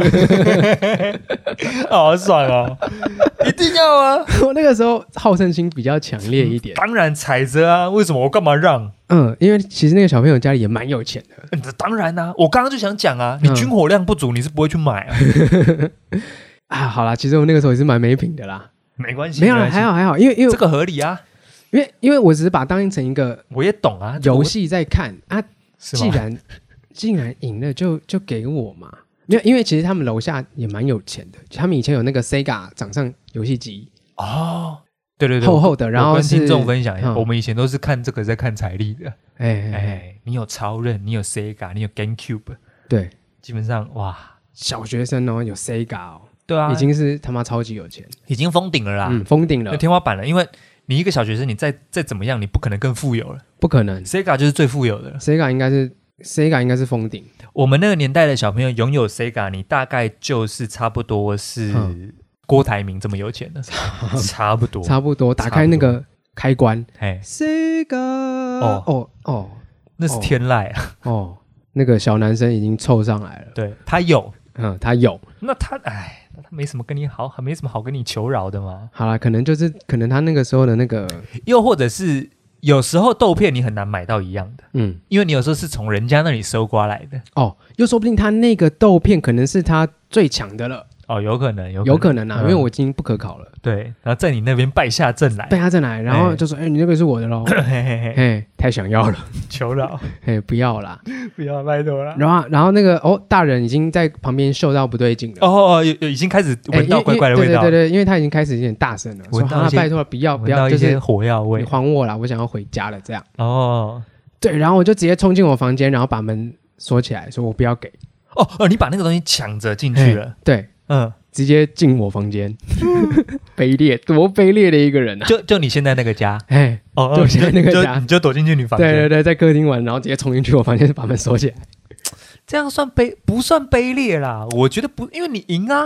好爽哦！一定要啊，
[laughs] 我那个时候好胜心比较强烈一点，
当然踩着啊，为什么我干嘛让？
嗯，因为其实那个小朋友家里也蛮有钱的，
嗯当然啊，我刚刚就想讲啊，你
嗯
军火量不足，你是不会去买
[laughs]
啊，
啊，好啦，其实我那个时候也是蛮没品的啦，
没关系，
没有啦，
关系
还好还好，因为因为
这个合理啊，
因为因为我只是把它当成一个
我也懂啊，
游戏在看啊，
这
既
个我是吗？
然既然赢了就就给我嘛，没有，因为其实他们楼下也蛮有钱的，他们以前有那个 Sega 掌上游戏机，
哦，对对对，
厚
我
厚的，然
我
后
跟
是
听众分享一下，
嗯
我们以前都是看这个在看财力的，
哎哎哎，
哎，你有超人，你有 Sega，你有 GameCube，
对，
基本上哇，
小学生哦，有 Sega 哦，
对啊，
已经是他妈超级有钱，
已经封顶了啦，
嗯，封顶
那
了，
天花板了，因为你一个小学生，你再再怎么样，你不可能更富有了。
不可能
Sega 就是最富有的了。
，Sega 应该是 Sega 应该是封顶，
我们那个年代的小朋友拥有 Sega，你大概就是差不多
嗯
是郭台铭这么
[laughs]
有钱的，差不多。
差不多，打开那个开关
哎，
，Sega，哦哦
那是天籁啊！
哦，那个小男生已经凑上来了，
对他有，
嗯，他有，
那他哎，那他没什么跟你好，还没什么好跟你求饶的嘛。
好啦，可能就是可能他那个时候的那个，
又或者是有时候豆片你很难买到一样的，
嗯。
因为你有时候是从人家那里搜刮来的。
哦，又说不定他那个豆片可能是他最强的了，
哦，有可能，有嗯
有
可
可能啊，因为我已经不可考了，
对，然后在你那边败下阵来，
被他再来，然后
哎
就说：“哎、你那个是我的喽。
嘿嘿嘿，
哎，太想要了，
[laughs] 求饶。
哎，不要啦。
不要拜托了。
然后，然后那个哦，大人已经在旁边嗅到不对劲了，
哦，哦有有已经开始
哎
闻到怪怪的
因
味道，
为因为对对对，因为他已经开始有点大声了，说：“
闻到
好啦
一些
拜托了，不要不
闻
要，
到
就
一些
是
火药
你
味。
还我啦，我想要回家了。”这样
哦
对，然后我就直接冲进我房间，然后把门锁起来，说我不要给。
哦哦，你把那个东西抢着进去了，
对，
嗯，
直接进我房间， [laughs] 卑劣，多卑劣的一个人啊！
就就你现在那个家，
哎，
哦，
就
哦
现在那个
就
家
你就躲进去你房
对对
间，
对，在客厅玩，然后直接冲进去我房间，把门锁起来。
这样算卑不算卑劣啦？我觉得不，因为你赢啊。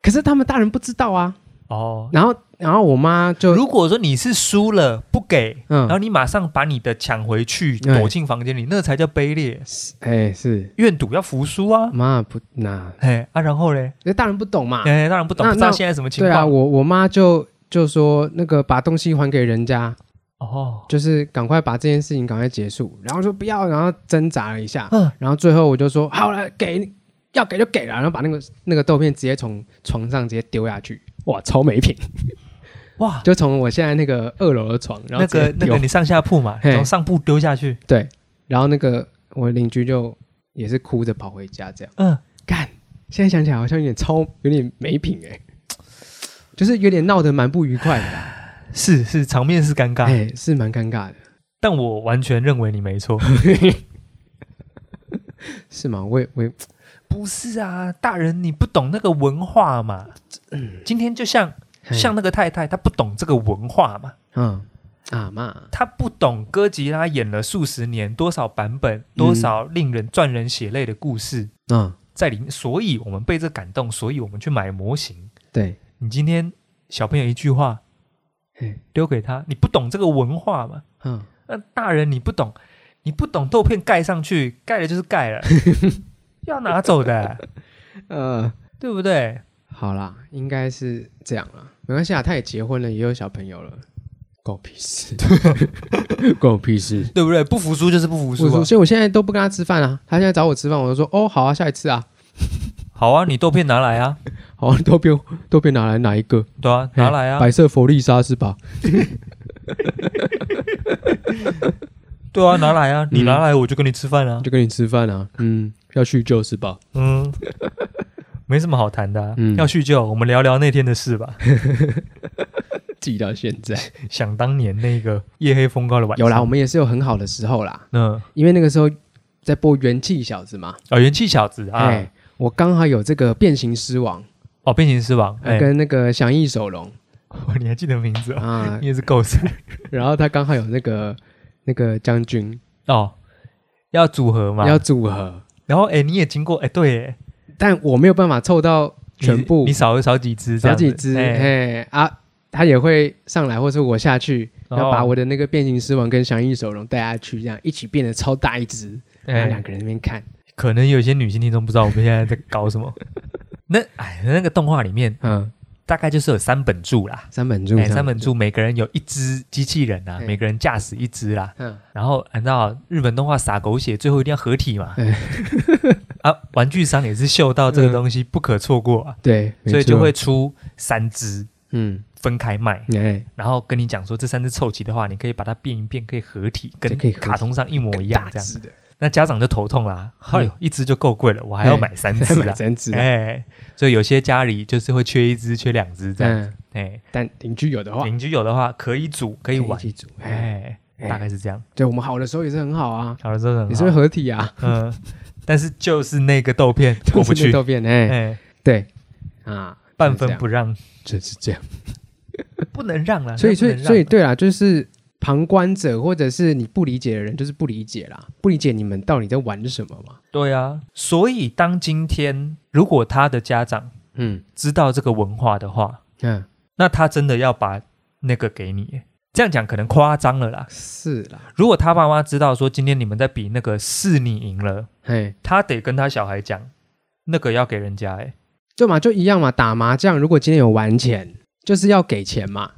可是他们大人不知道啊。
哦，
然后，然后我妈就
如果说你是输了不给，然后
嗯，
你马上把你的抢回去，
哎
躲进房间里，那才叫卑劣。
哎，是
愿赌要服输啊，
妈不那，
哎啊，然后嘞，
那大人不懂嘛。
哎，当然不懂，
那
不知道
嗯那
现在什么情
对啊，
况。
我我妈就就说那个把东西还给人家，
哦，
就是赶快把这件事情赶快结束，然后说不要，然后挣扎了一下，
嗯
然后最后我就说好了，给你要给就给了，然后把那个那个豆片直接从床上直接丢下去，哇，超没品！
哇，
就从我现在那个二楼的床，然后
那
直
个
接
那
丢，
个你上下铺嘛，
嘿
从上铺丢下去，
对，然后那个我邻居就也是哭着跑回家，这样
嗯，
干，现在想起来好像有点超有点没品哎、就是有点闹得蛮不愉快 [laughs] 的啦，
是是，场面是尴尬，
哎、是蛮尴尬的， [laughs]
但我完全认为你没错。
是吗？我也我也
不是啊，大人你不懂那个文化嘛。今天就像
嗯嘿
像那个太太，她不懂这个文化嘛，
嗯啊嘛，
她不懂哥吉拉演了数十年，多少版本，多少令人赚人血泪的故事
嗯，
在里面，所以我们被这感动，所以我们去买模型。
对，
你今天小朋友一句话
嘿
丢给他，你不懂这个文化嘛？
嗯，
那大人你不懂，你不懂豆片盖上去，盖了就是盖 [laughs] 了，要拿走的，
呃，
对不对？
好啦，应该是这样啦，没关系啊，他也结婚了，也有小朋友了，狗屁事， [laughs] 狗屁事。
对不对？不服输就是不服
我
输、啊
说，。所以我现在都不跟他吃饭啊。他现在找我吃饭，我就说哦，好啊，下一次啊，
好啊，你豆片拿来啊，
好 [laughs] 啊，都别都别拿来哪一个？哎
对啊，拿来啊，
白色佛利莎是吧？
对啊，拿来啊，你拿来我就跟你吃饭啊，
就跟你吃饭啊，嗯，要叙旧是吧？
嗯，没什么好谈的、啊，
嗯
要叙旧，我们聊聊那天的事吧。
记到现在，
想当年那个夜黑风高的晚上，
有啦，我们也是有很好的时候啦，
嗯，
因为那个时候在播《元气小子》嘛，
哦，元气小子啊，
哎，我刚好有这个变形狮王呃
哦，变形狮王，哎，
跟那个响翼手
[laughs]
龙
哦你还记得名字哦？
啊
你，也是够帅
然后他刚好有那个那个将军
哦，要组合嘛，
要组合，
然后哎，你也经过哎，对耶，
但我没有办法凑到
你
全部
你，少少几只
少
这样子，
几只，
哎，
嘿啊，他也会上来，或是我下去，
哦
要把我的那个变形狮王跟响翼手龙带下去，这样一起变得超大一只，然后
哎
两个人在那边看，
可能有些女性听众不知道我们现在在
[laughs]
搞什么。那哎，那个动画里面
嗯，
大概就是有三本柱啦，
三本柱
哎，，三本，柱每个人有一只机器人啊，
哎
每个人驾驶一只啦。
嗯，
然后按照日本动画洒狗血，最后一定要合体嘛
哎。
[laughs] 啊，玩具商也是嗅到这个东西不可错过啊，
对，没
所以
错
就会，出三只
嗯，
分开卖，
哎，
然后跟你讲说这三只凑齐的话，你可以把它变一变，可以合体，跟
就可以合体
卡通上一模一样
大
这样。
只
[laughs]
的，
那家长就头痛啦，哎呦，一只就够贵了，我还要
哎
买三
再
只
买
啊。
三只，
哎，所以有些家里就是会缺一只、缺两只这样。
嗯，
哎，
但邻居有的话
邻居有的话可以组，
可
可以玩
一。起组，哎，
哎，
哎
大概是这样。
对我们好的时候也是很好啊，
好了，真的很好
也是会合体啊，
嗯，但是就是那个豆片 [laughs] 过
就
不
是那
去，
豆变，哎，
哎，
对，啊，
半
就是这
分
样 [laughs]
不让，
就是这样。
不能让啊。
所以，
那不
所
能
以，
让
所以，对啦，就是旁观者或者是你不理解的人，就是不理解啦，不理解你们到底在玩什么嘛。
对啊，所以当今天如果他的家长
嗯
知道这个文化的话，
嗯，
那他真的要把那个给你。这样讲可能夸张了啦。
是啦，
如果他爸妈知道说今天你们在比那个是你赢了，
嘿，
他得跟他小孩讲，那个要给人家哎、
就嘛就一样嘛，打麻将如果今天有玩钱，就是要给钱嘛，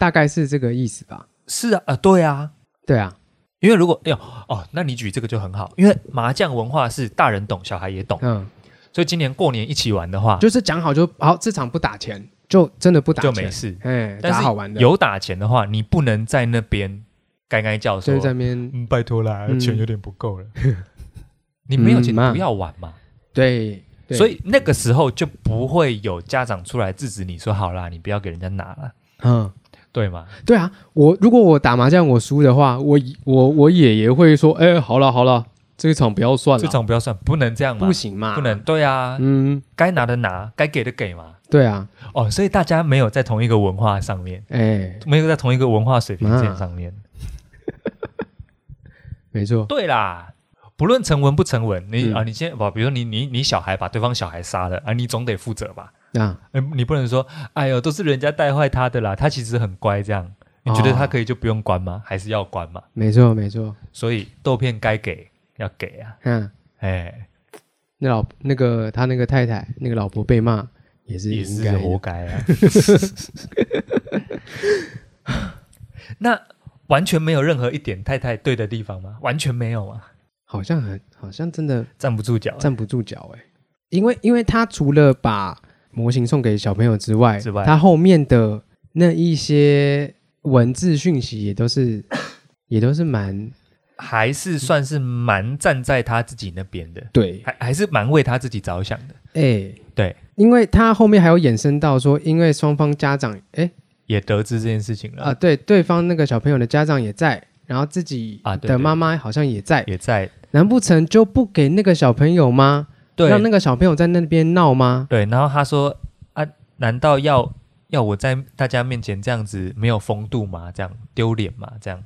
大概是这个意思吧？
是啊，呃，对啊，
对啊，
因为如果哎呦哦，那你举这个就很好，因为麻将文化是大人懂，小孩也懂，
嗯，
所以今年过年一起玩的话，
就是讲好就好，这场不打钱，就真的不打
就
钱，
没事。
哎，
但
打
是
好玩的，
有打钱的话，你不能在那边该该叫
就
说
是，在那边
嗯，拜托啦
嗯
点不
[laughs]
够了。你没有
嗯
钱
嘛
不要玩嘛，
对，对
所以那个时候就不会有家长出来制止你说好啦，你不要给人家拿了，
嗯。
对吗？
对啊，我如果我打麻将我输的话，我我我也也会说，哎、好了好了，这一场不要算了，
这种不要算，不能这样嘛，
不，行嘛，
不能，对啊，
嗯，
该拿的拿，该给的给嘛。
对啊，
哦，所以大家没有在同一个文化上面，
哎、
没有在同一个文化水平线上面。
嗯没错，
对啦，不论成文不成文，你、
嗯
啊，你先把，比如你你你小孩把对方小孩杀了啊，你总得负责吧？
啊，
哎，你不能说，哎呦，都是人家带坏他的啦，他其实很乖这样。你
哦
觉得他可以就不用关吗？还是要关嘛？
没错没错，
所以豆片该给要给啊，
嗯，
哎，
那老那个他那个太太那个老婆被骂也是
也
[laughs] 应
是
该的
活该啊。 [laughs] 那完全没有任何一点太太对的地方吗？完全没有啊，
好像很好像真的
站不住脚啊、
站不住脚哎、因为因为他除了把模型送给小朋友之外，
之外
他后面的那一些文字讯息也都是也都是蛮
还是算是蛮站在他自己那边的，
对
还还是蛮为他自己着想的，
哎、
对，
因为他后面还有衍生到说，因为双方家长哎
也得知这件事情了
啊、对，对方那个小朋友的家长也在，然后自己
啊对
的
对
妈妈好像也在，
也在
难不成就不给那个小朋友吗？
对
让那个小朋友在那边闹吗？
对，然后他说啊，难道要要我在大家面前这样子没有风度吗？这样丢脸吗？这样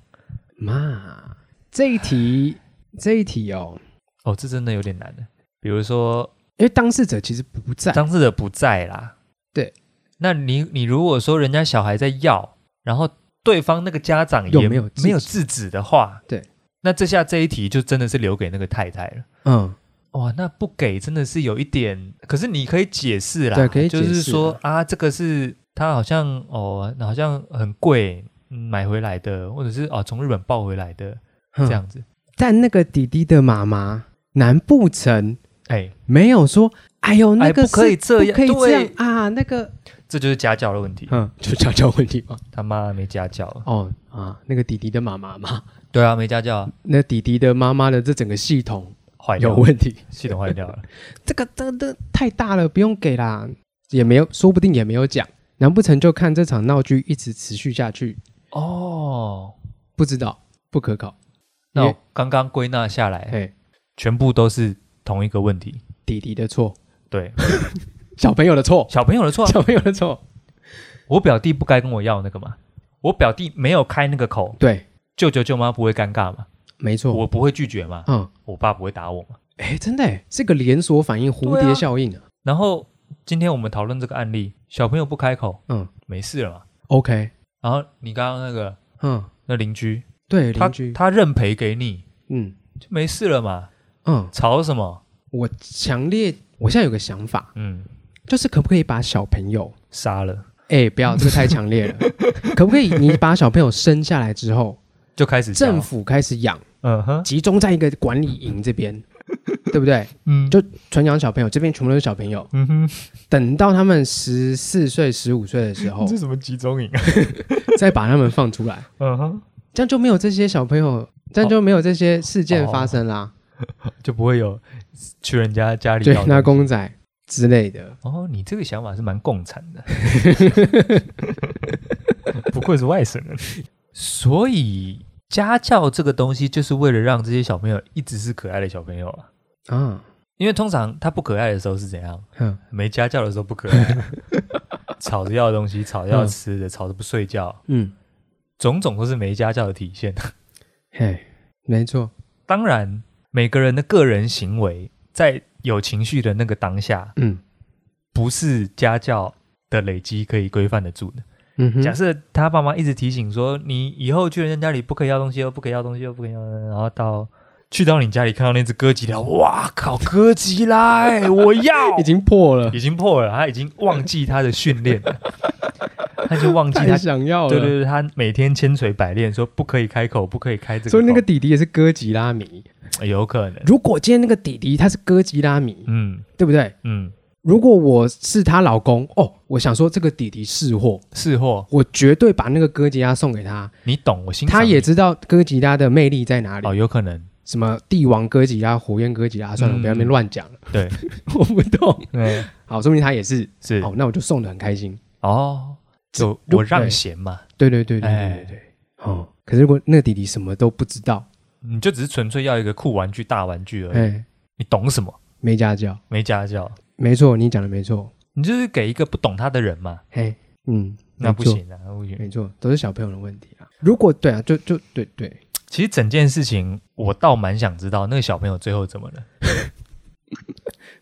妈，这一题这一题哦，
哦，这真的有点难的。比如说
因为当事者其实不在，
当事者不在啦，
对，
那你你如果说人家小孩在要，然后对方那个家长
又
也
没有制止
没有制止的话，
对，
那这下这一题就真的是留给那个太太了。
嗯，
哇，那不给真的是有一点，可是你可以解释啦，
对可以解
就
释
是说啊，这个是他好像哦，好像很贵、嗯买回来的，或者是哦从日本抱回来的
哼
这。样子，
嗯但那个弟弟的妈妈，难不成
哎，
没有说，哎呦，那
哎
个
不可以
是
这样
不可以这样
对
啊？那个，
这就是家教的问题，
嗯，就家教问题吗？
他妈没家教，
哦啊，那个弟弟的妈妈嘛， [laughs]
对啊，没家教啊，
那弟弟的妈妈的这整个系统
坏掉
有
了，
问题， [laughs]
系统坏掉了，
这个真的太大了，不用给啦，也没有，说不定也没有讲，难不成就看这场闹剧一直持续下去？
哦，
不知道，不可考。
那
因
我
为
刚刚归纳下来，
哎，
全部都是同一个问题，
弟弟的错，
对，
小朋友的错，
小朋友的错啊，
小朋友的错，
我表弟不该跟我要那个嘛，我表弟没有开那个口，
[laughs] 对，
舅舅舅妈不会尴尬嘛。
没错，
我不会拒绝嘛，
嗯。
我爸不会打我嘛。
哎，真的诶，是个连锁反应，蝴
对啊
蝶效应啊。
然后今天我们讨论这个案例，小朋友不开口，
嗯
没事了嘛。
，OK，
然后你刚刚那个
嗯，
那邻居，
对，
他
邻居，
他认赔给你
嗯
就没事了嘛，
嗯，
吵什么？
我强烈，我现在有个想法，
嗯，
就是可不可以把小朋友，
杀了
哎，不要，这个太强烈了，可不可以你把小朋友生下来之后，
就开始
政
府，
府开始养，
嗯哼，
集中在一个管理营这边，对不对？
嗯
就纯养小朋友，这边全部都是小朋友，
嗯哼，
等到他们十四岁、十五岁的时
[laughs]
候，
什么集中营啊？
再把他们放出来，
嗯哼，
这样就没有这些小朋友，这样就没有这些事件
哦
发生啦。
就不会有去人家家里
对
要，
拿
东西
公仔之类的。
哦，你这个想法是蛮共产的，不愧是外省人。所以家教这个东西，就是为了让这些小朋友一直是可爱的小朋友啊。
啊，
因为通常他不可爱的时候是怎样？
哼，
没家教的时候不可爱啊、吵着要东西，吵着要吃的，吵着不睡觉，
嗯，
种种都是没家教的体现。
嘿，没错，
当然，每个人的个人行为在有情绪的那个当下，
嗯
不是家教的累积可以规范得住的。
嗯哼，
假设他爸妈一直提醒说，你以后去人家家里不可以要东西哦，不可以要东西哦，不可以要，然后到去到你家里看到那只哥
[laughs]
吉拉，哇靠，哥吉拉、欸，我要，
已经破了
已，经破了，他已经忘记他的训练了，他就忘记
太 [laughs]
他，
想要了。
对对对，他每天千锤百炼说不可以开口，不可以开这个口，
所以那个弟弟也是哥吉拉迷。
哦有可能，
如果今天那个弟弟他是哥吉拉迷，
嗯
对不对？
嗯，
如果我是她老公，哦，我想说这个弟弟是货，
是货，
我绝对把那个哥吉拉送给他。
你懂我心，
他也知道哥吉拉的魅力在哪里，
哦，有可能，
什么帝王哥吉拉、火焰哥吉拉，算了，
嗯
我不要那边乱讲了，
对
[laughs] 我不懂。
对，
好，说明他也是，
是
哦，那我就送的很开心。
哦，就
如
我让
对
贤嘛，
对对对对
哎
对对对。哦，可是如果那个弟弟什么都不知道，
你就只是纯粹要一个酷玩具、大玩具而已，
哎，
你懂什么？
没家教，
没家教，
没错，你讲的没错，
你就是给一个不懂他的人嘛，
嘿，嗯，
那
没
不
错，
行啊，那不行。
没错，都是小朋友的问题啦。如果对啊，就就对对，
其实整件事情，我倒蛮想知道那个小朋友最后怎么了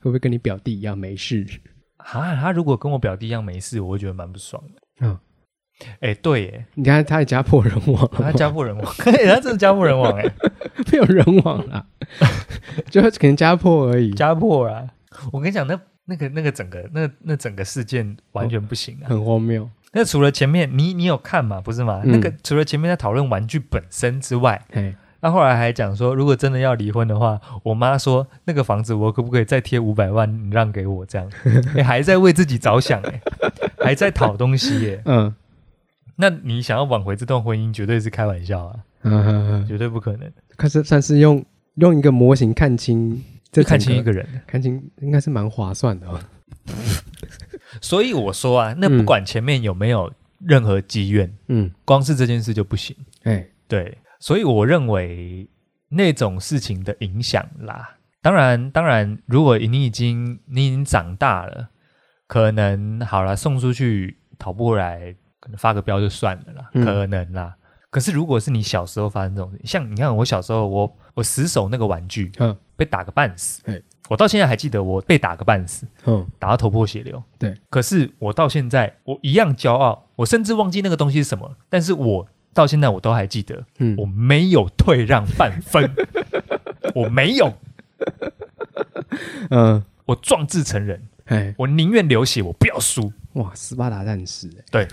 会不会跟你表弟一样没事？ [laughs]
啊？他如果跟我表弟一样没事，我会觉得蛮不爽的。
嗯，
哎，对耶，
你看他也家破人亡了
他家破人亡， [laughs] 嘿他真的家破
[laughs]
人亡哎，
没有人亡啦， [laughs] 就可能家破而已，
家破啊！我跟你讲，那那个那个整个那那整个事件完全不行啊，
很荒谬。
那除了前面你你有看嘛，不是吗？
嗯
那个除了前面在讨论玩具本身之外，
哎，
那后来还讲说，如果真的要离婚的话，我妈说那个房子我可不可以再贴五百万，你让给我这样？ [laughs] 哎，还在为自己着想哎、 [laughs] 还在讨东西耶、
嗯
那你想要挽回这段婚姻，绝对是开玩笑啊，
嗯嗯嗯，
绝对不可能。
可是算是用用一个模型看清这
就看清一
整
个人，
看清，应该是蛮划算的、
[laughs]
哦。
所以我说啊，那不管前面有没有任何积怨，
嗯，
光是这件事就不行。
哎，
对，所以我认为那种事情的影响啦，当然，当然，如果你已经你已经长大了，可能好了送出去讨不回来，可能发个飙就算了啦，
嗯
可能啦。可是如果是你小时候发生这种事，像你看我小时候，我我死守那个玩具，
嗯
被打个半死
嘿，
我到现在还记得我被打个半死，
嗯
打到头破血流。
对，
可是我到现在我一样骄傲，我甚至忘记那个东西是什么了，但是我到现在我都还记得，
嗯
我没有退让半
[laughs]
分，我没有，
嗯，
我壮志成人，
哎，
我宁愿流血，我不要输，
哇，斯巴达战士哎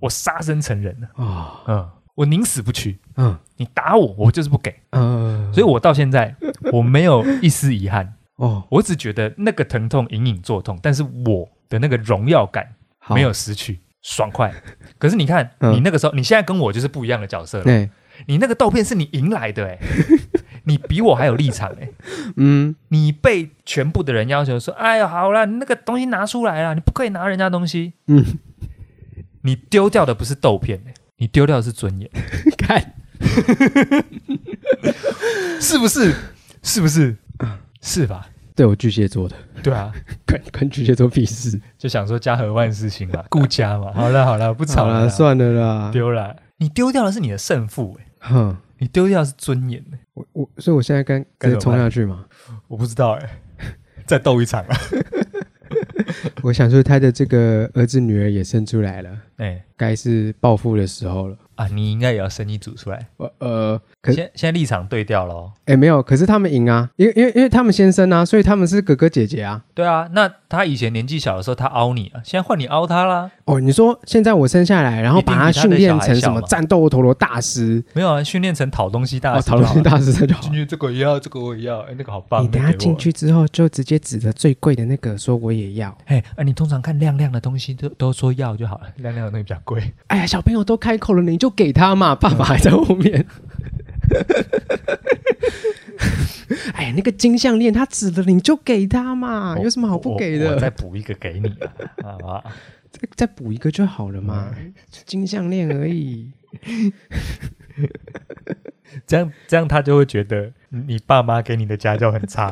我杀身成人
啊，
嗯，我宁死不屈，
嗯
你打我，我就是不给，
嗯，
所以我到现在我没有一丝遗憾，
哦，
我只觉得那个疼痛隐隐作痛，但是我的那个荣耀感
好
没有失去。爽快，可是你看，
哦嗯
你那个时候，你现在跟我就是不一样的角色了。
哎，
你那个豆片是你赢
[laughs]
来的、欸，你比我还有立场、欸，
嗯
你被全部的人要求说：“哎呀，好啦，你那个东西拿出来啦，你不可以拿人家东西。
嗯，” [laughs]
你丢掉的不是豆片、欸，你丢掉的是尊严，
看，
[laughs] 是不是？是不是？嗯是吧？
对我巨蟹座的，
对啊，
关关巨蟹座屁事，
就想说家和万事兴 [laughs] 嘛，顾家嘛。好了好了，不
[laughs]
吵
好
了
了，
啦，
算了啦，
丢了。你丢掉的是你的胜负、欸，
哼，
你丢掉的是尊严、欸。
我我，所以我现在跟
该
直
怎么
接冲下去嘛， [laughs]
我不知道、欸， [laughs] 再斗一场啊。
我想说他的这个儿子女儿也生出来了，
哎、
该是报复的时候了。
啊，你应该也要生一组出来。
呃呃，可是
现现在立场对调喽。
哎没有，可是他们赢啊，因为因为因为他们先生啊，所以他们是哥哥姐姐啊。
对啊，那他以前年纪小的时候，他凹你啊，现在换你凹他啦。
哦，你说现在我生下来，然后
一定
把
比
他
他
训
的
练
小孩
成
小
什么
嘛
战斗陀螺大师，
没有啊，训练成讨东西大
哦，
师
讨
就好
论
了。
大师这就好
进。去这个也要，这个我也要，哎，那个好
[laughs]
棒。
你等下
那个给我
进，去之后，就直接指着最贵的那个说我也要。
哎，啊，你通常看亮亮的东西都都说要就好了，亮亮的那个比较贵。
哎呀，小朋友都开口了，你就给他 [laughs] 嘛，爸爸还在后 [laughs] 面。哎呀，那个金项链他指了，你就给他嘛，啊有什么好不给
我我我再
的？
补一个给你啊，好不好？ [laughs]
再再补一个就好了嘛，金项链而已。
这样这样他就会觉得你爸妈给你的家教很差，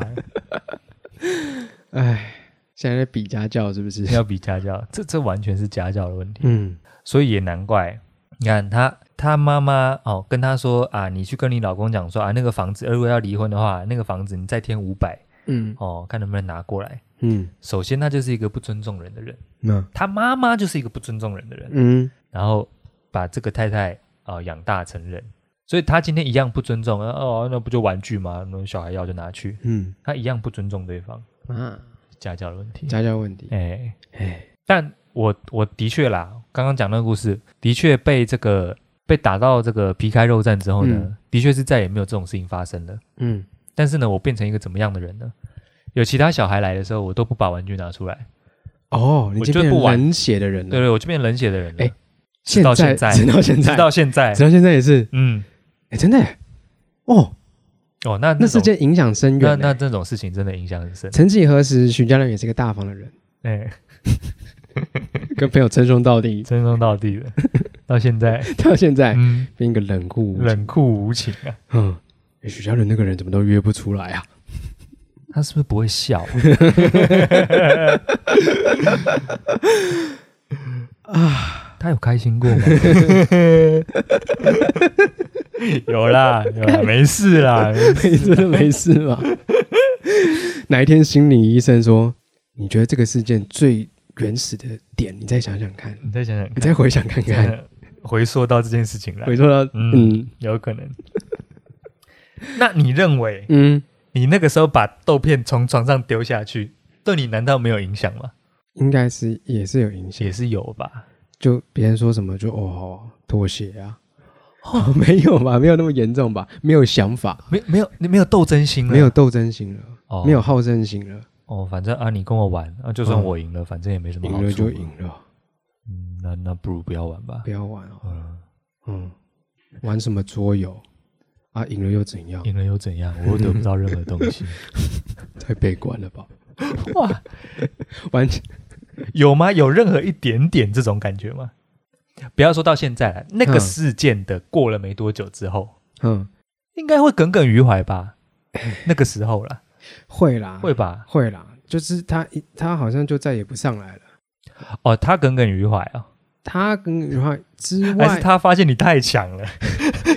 [laughs] 哎，现在在比家教是不 [laughs] 是？
要比家教，这这完全是家教的问题。
[laughs] 嗯
所以也难怪。你看他他妈妈哦，跟他说啊，你去跟你老公讲说啊，那个房子，呃如果要离婚的话，那个房子你再添五百
嗯
哦，看能不能拿过来。
嗯，
首先，他就是一个不尊重人的人，
那
他妈妈就是一个不尊重人的人，
嗯
然后把这个太太啊、呃养大成人，所以他今天一样不尊重，呃哦，那不就玩具吗？那小孩要就拿去，
嗯
他一样不尊重对方，
啊，
家教的问题。
家教问题。
哎，
哎，
但我我的确啦，刚刚讲那个故事，的确被这个被打到这个皮开肉绽之后呢，
嗯
的确是再也没有这种事情发生了。
嗯
但是呢，我变成一个怎么样的人呢？有其他小孩来的时候，我都不把玩具拿出来，
哦，你
我
就
觉得
变
不玩
冷血的人了。
对对，我就变冷血的人
嗯
了。
哎
直到现在
在，直到现在，
直到现在
直，到现在也是，
嗯，
哎，真的耶，哦，
哦，那
那
这
事
种
件影响深
那
远
那
耶。
这种事情真的影响很深。
曾几何时，许家亮也是个大方的人，
哎，
[laughs] 跟朋友称兄道弟，
称兄道弟 [laughs] 的，到现在，
[laughs] 到现在
嗯，
变一个冷酷无情。
冷酷无情啊。
嗯，诶许家伦那个人怎么都约不出来啊？
他是不是不会 [laughs] 笑啊、啊他有开心过吗？ [laughs] 有啦，有啦，没事啦，没事
你真的没事吗？哪一天心理医生说，你觉得这个事件最原始的点，你再想想看，
你再想想
你
看，
再回想看 [laughs]
真
看。
的回溯到这件事情来
回，说到，
嗯
嗯
有可能。那你认为
嗯，
你那个时候把豆片从床上丢下去，对你难道没有影响吗？
应该是也是有影响
也。是有吧？
就别人说什么就哦妥协啊， [laughs] 没有吧，没有那么严重吧，没有想法，
没没有你没有斗争心了，
没有斗争心了，
哦
没有好胜心了，
哦，反正啊，你跟我玩啊，就算我赢了，反正也没什么好
赢了
处
就
嘛
赢了，
嗯，那那不如不要玩吧
不。要玩哦，
嗯，
嗯，玩什么桌游啊，赢了又怎样？
赢了又怎
[laughs]
样？我又得不到任何东西。
太悲观了吧， [laughs]
哇，
完
有吗？有任何一点点这种感觉吗？不要说到现在了，那个
嗯
事件的过了没多久之后，
嗯
应该会耿耿于怀吧？那个时候啦，
会啦，
会吧？
会啦，就是他一他好像就再也不上来了。
哦，他耿耿于怀
[laughs]
啊、
他跟余华之
还是
外，
他发现你太强了，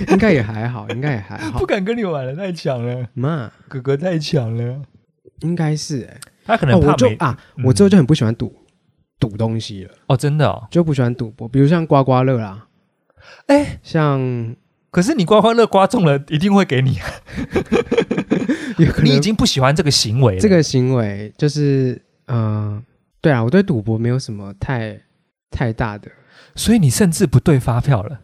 应该也还好，应该也还好 [laughs]
不。敢跟你玩了，太强了，
嘛，
哥哥太强了。
应该是、欸、
他可
哦，
能
我
怕
就
没
啊，
嗯
我之后就很不喜欢赌赌东西了，
哦，真的哦。
就不喜欢赌博，比如像刮刮乐啦，
哎，
像
可是你刮刮乐刮中了，一定会给你啊。
有可
[laughs] 你已
能
经不喜欢这个行为了，
这个行为就是嗯、呃对啊，我对赌博没有什么太太大的，
所以你甚至不对发票了。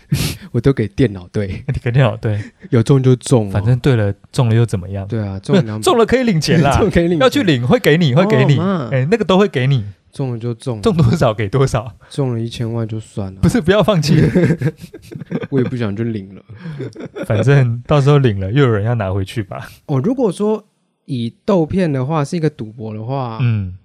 [laughs]
我都给电脑对，
你肯定有对，
[laughs] 有中就中哦、
反正对了，中了又怎么样？
对啊，中
不是
两百
[laughs] 中了可以领钱啦
[laughs] 中，可以领
要去
钱，
领会给你，会给你，
哦妈
哎，那个都会给你，
中了就中，啊
中多少给多少， [laughs]
中了一千万就算了
不，是不要放弃，
我也不想去领
[laughs]
了。
反正到时候领了又有人要拿回去吧。
哦，如果说以豆片的话是一个赌博的话，
嗯，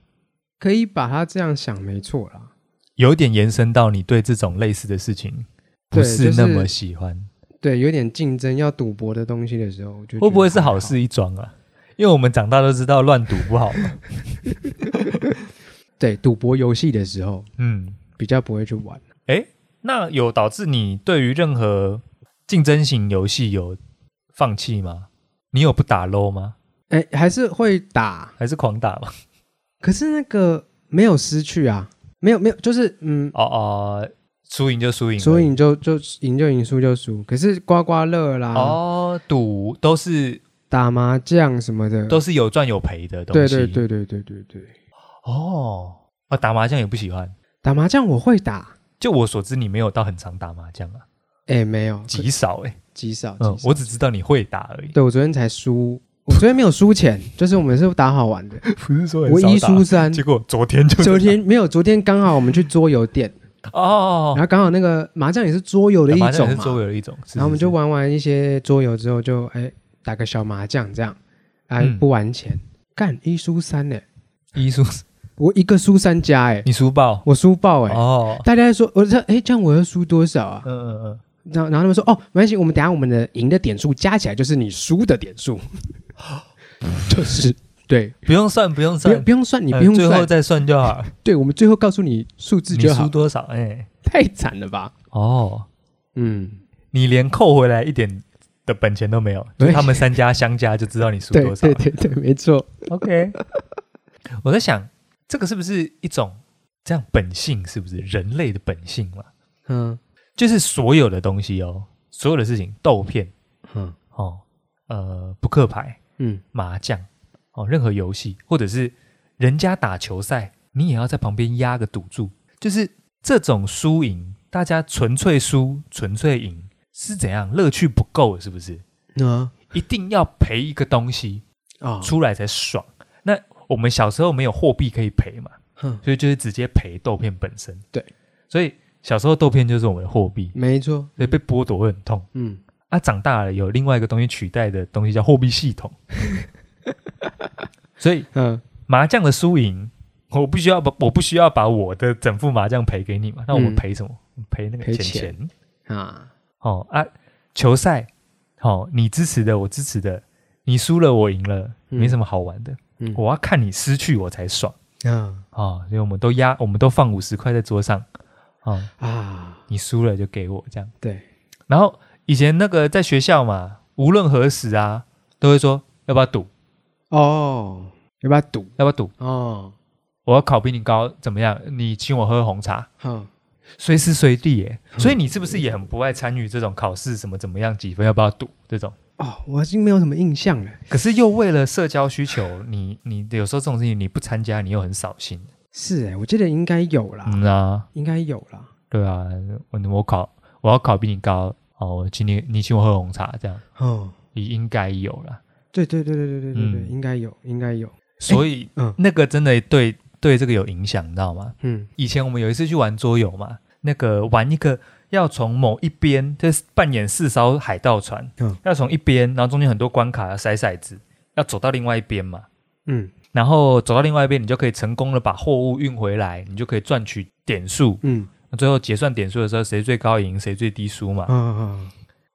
可以把它这样想，没错啦。
有点延伸到你对这种类似的事情不
对
是
就是
那么喜欢，
对，有点竞争要赌博的东西的时候，我就
会不会是好
好
事？一桩啊？因为我们长大都知道乱赌不好 [laughs] 嘛。
对，赌博游戏的时候
嗯，
比较不会去玩。
那有导致你对于任何竞争型游戏有放弃吗？你有不打 low 吗？
哎，还是会打，
还是狂打吗？
可是那个没有失去啊，没有没有，就是嗯，
[laughs] 哦哦，输赢就输赢而已，
输赢就就赢就赢，输就输。可是刮刮乐啦，
哦，赌都是
打麻将什么的，
都是有赚有赔的东
对
西。
对对对对对对，
哦，啊，打麻将也不喜欢。
打麻将我会打，
就我所知，你没有到很常打麻将啊，
哎，没有
极少哎、
极少，极
嗯，
少
我只知道你会打而已，
对我昨天才输，我昨天没有输钱，就是我们是打好玩的，
不是说
我一输三。
结果昨天就
昨天没有，昨天刚好我们去桌游店，
[laughs] 哦
然，后刚好那个麻将也是桌游的一
打麻将
种
哎也是
嘛，
周围的一种，是
然后我们
是
就是玩完一些桌游之后就，哎打个小麻将这样，哎
嗯
不玩钱，干一输三呢、
一输，
我一个输三家哎、
你输爆
我输爆哎、
哦，
大家说，我说，哎，这样我要输多少啊？
嗯嗯嗯，
然后，然后他们说，哦，没关系，我们等一下我们的赢的点数加起来就是你输的点
[laughs]
数，就是对，
不用算，不用
不用
算，
不用算，你
呃
不用
最后
算，
再算就好，
对，我们最后告诉你数字
你
就
输
好，
多少？哎、
太惨了吧？
哦，
嗯，
你连扣回来一点的本钱都没有，就
对
他们三家相加就知道你输
对
多少
对
了。
对对，没错，
OK，我在想，这个是不是一种这样本性？是不是人类的本性嘛？
嗯
就是所有的东西哦，所有的事情，豆片
嗯
哦，呃，扑克牌、
嗯，
麻将哦，任何游戏，或者是人家打球赛，你也要在旁边压个赌注，就是这种输赢，大家纯粹输、纯粹赢是怎样？乐趣不够是不是？
啊
一定要赔一个东西
啊，
出来才爽。那我们小时候没有货币可以赔嘛，
哼
所以就是直接赔豆片本身。
对，
所以小时候豆片就是我们的货币，
没错，
所以被剥夺会很痛。
嗯，
啊，长大了有另外一个东西取代的东西叫货币系统，所以
嗯
麻将的输赢，我不需要把我不需要把我的整副麻将赔给你嘛，那我们
嗯
赔什么？赔那个
赔
钱
钱
钱
啊，
哦啊，球赛哦，你支持的我支持的，你输了我赢了，
嗯
没什么好玩的，
嗯
我要看你失去我才爽
啊
啊、哦，所以我们都压，我们都放五十块在桌上啊、哦，
啊，
你输了就给我这样。
对，
然后以前那个在学校嘛，无论何时啊，都会说要不要赌，
哦，要不要赌？
要不要赌？
哦，
我要考比你高，怎么样？你请我喝红茶，
哼，
随时随地耶。所以你是不是也很不爱参与这种考试，什么怎么样几分要不要赌这种？
哦，我已经没有什么印象了，
可是又为了社交需求，你你有时候这种事情你不参加，你又很扫兴。
是哎、我记得应该有啦，
嗯啊，
应该有啦。
对啊，我我考我要考比你高哦，我请你你请我喝红茶这样，
哦，
也应该有啦。
对对对对对对对对，
嗯
应该有，应该有。
所以、
嗯
那个真的对对这个有影响，你知道吗？
嗯，
以前我们有一次去玩桌游嘛，那个玩一个要从某一边，就是扮演四艘海盗船，
嗯
要从一边，然后中间很多关卡要筛骰子，要走到另外一边嘛。
嗯
然后走到另外一边，你就可以成功的把货物运回来，你就可以赚取点数。
嗯
那最后结算点数的时候，谁最高赢，谁最低输嘛。
啊啊，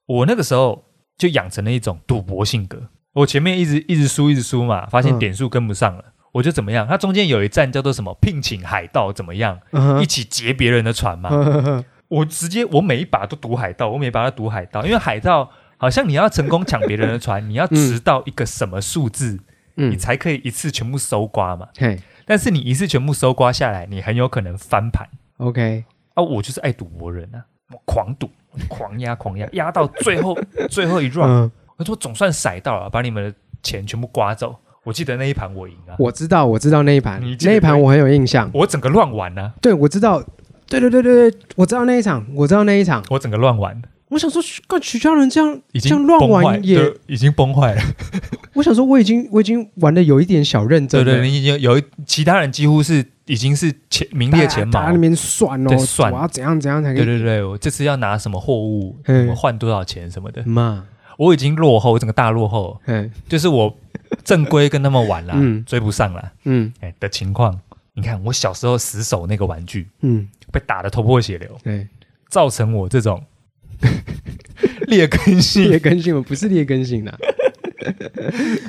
我那个时候就养成了一种赌博性格。我前面一直一直输，一直输嘛，发现
嗯
点数跟不上了，我就怎么样？它中间有一站叫做什么“聘请海盗”怎么样？
啊
一起劫别人的船嘛。
啊
我直接我每一把都赌海盗，我每一把都赌海盗，因为海盗好像你要成功抢别人的船，你 [laughs] 要直到一个什么数字，你
嗯，
才可以一次全部搜刮嘛。
嘿
但是你一次全部搜刮下来，你很有可能翻盘
，OK，
啊！我就是爱赌博人啊，我狂赌、狂压、狂压，压到最后最后一 round，、
嗯，
我说总算甩到了，把你们的钱全部刮走。我记得那一盘我赢啊，
我知道，我知道那一盘
你，记得
那一盘我很有印象。
我整个乱玩啊，
对，我知道，对对对对对，我知道那一场，我知道那一场。
我整个乱玩，
我想说，徐干徐家人这样
已
这
经
样乱
崩坏
玩也，
对已经崩坏了。
我想说我已经我已经玩的有一点小认真
对
了，
对，你已经有一其他人几乎是已经是前名列前
大家
茅
那。边算哦，
对算
我要怎样怎样才可
对
以
对对，我这次要拿什么货物，
嗯
我换多少钱什么的，
嘛，
我已经落后，我整个大落后，
嗯
就是我正规跟他们玩啦，
嗯
追不上啦，
嗯
哎的情况。你看我小时候死守那个玩具，
嗯，
被打得头破血流，
对，
造成我
[laughs]
这种劣根性
劣根性我不是劣根性
[laughs]
啦，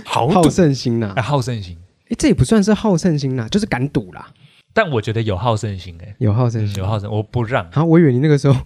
豪
好
赌、
胜心啦
哎，好胜心。
哎，这也不算是好胜心啦，就是敢赌啦，
但我觉得有好胜心哎、
有好胜
嗯
心
有。好胜，我不让
啊，我以为你那个时候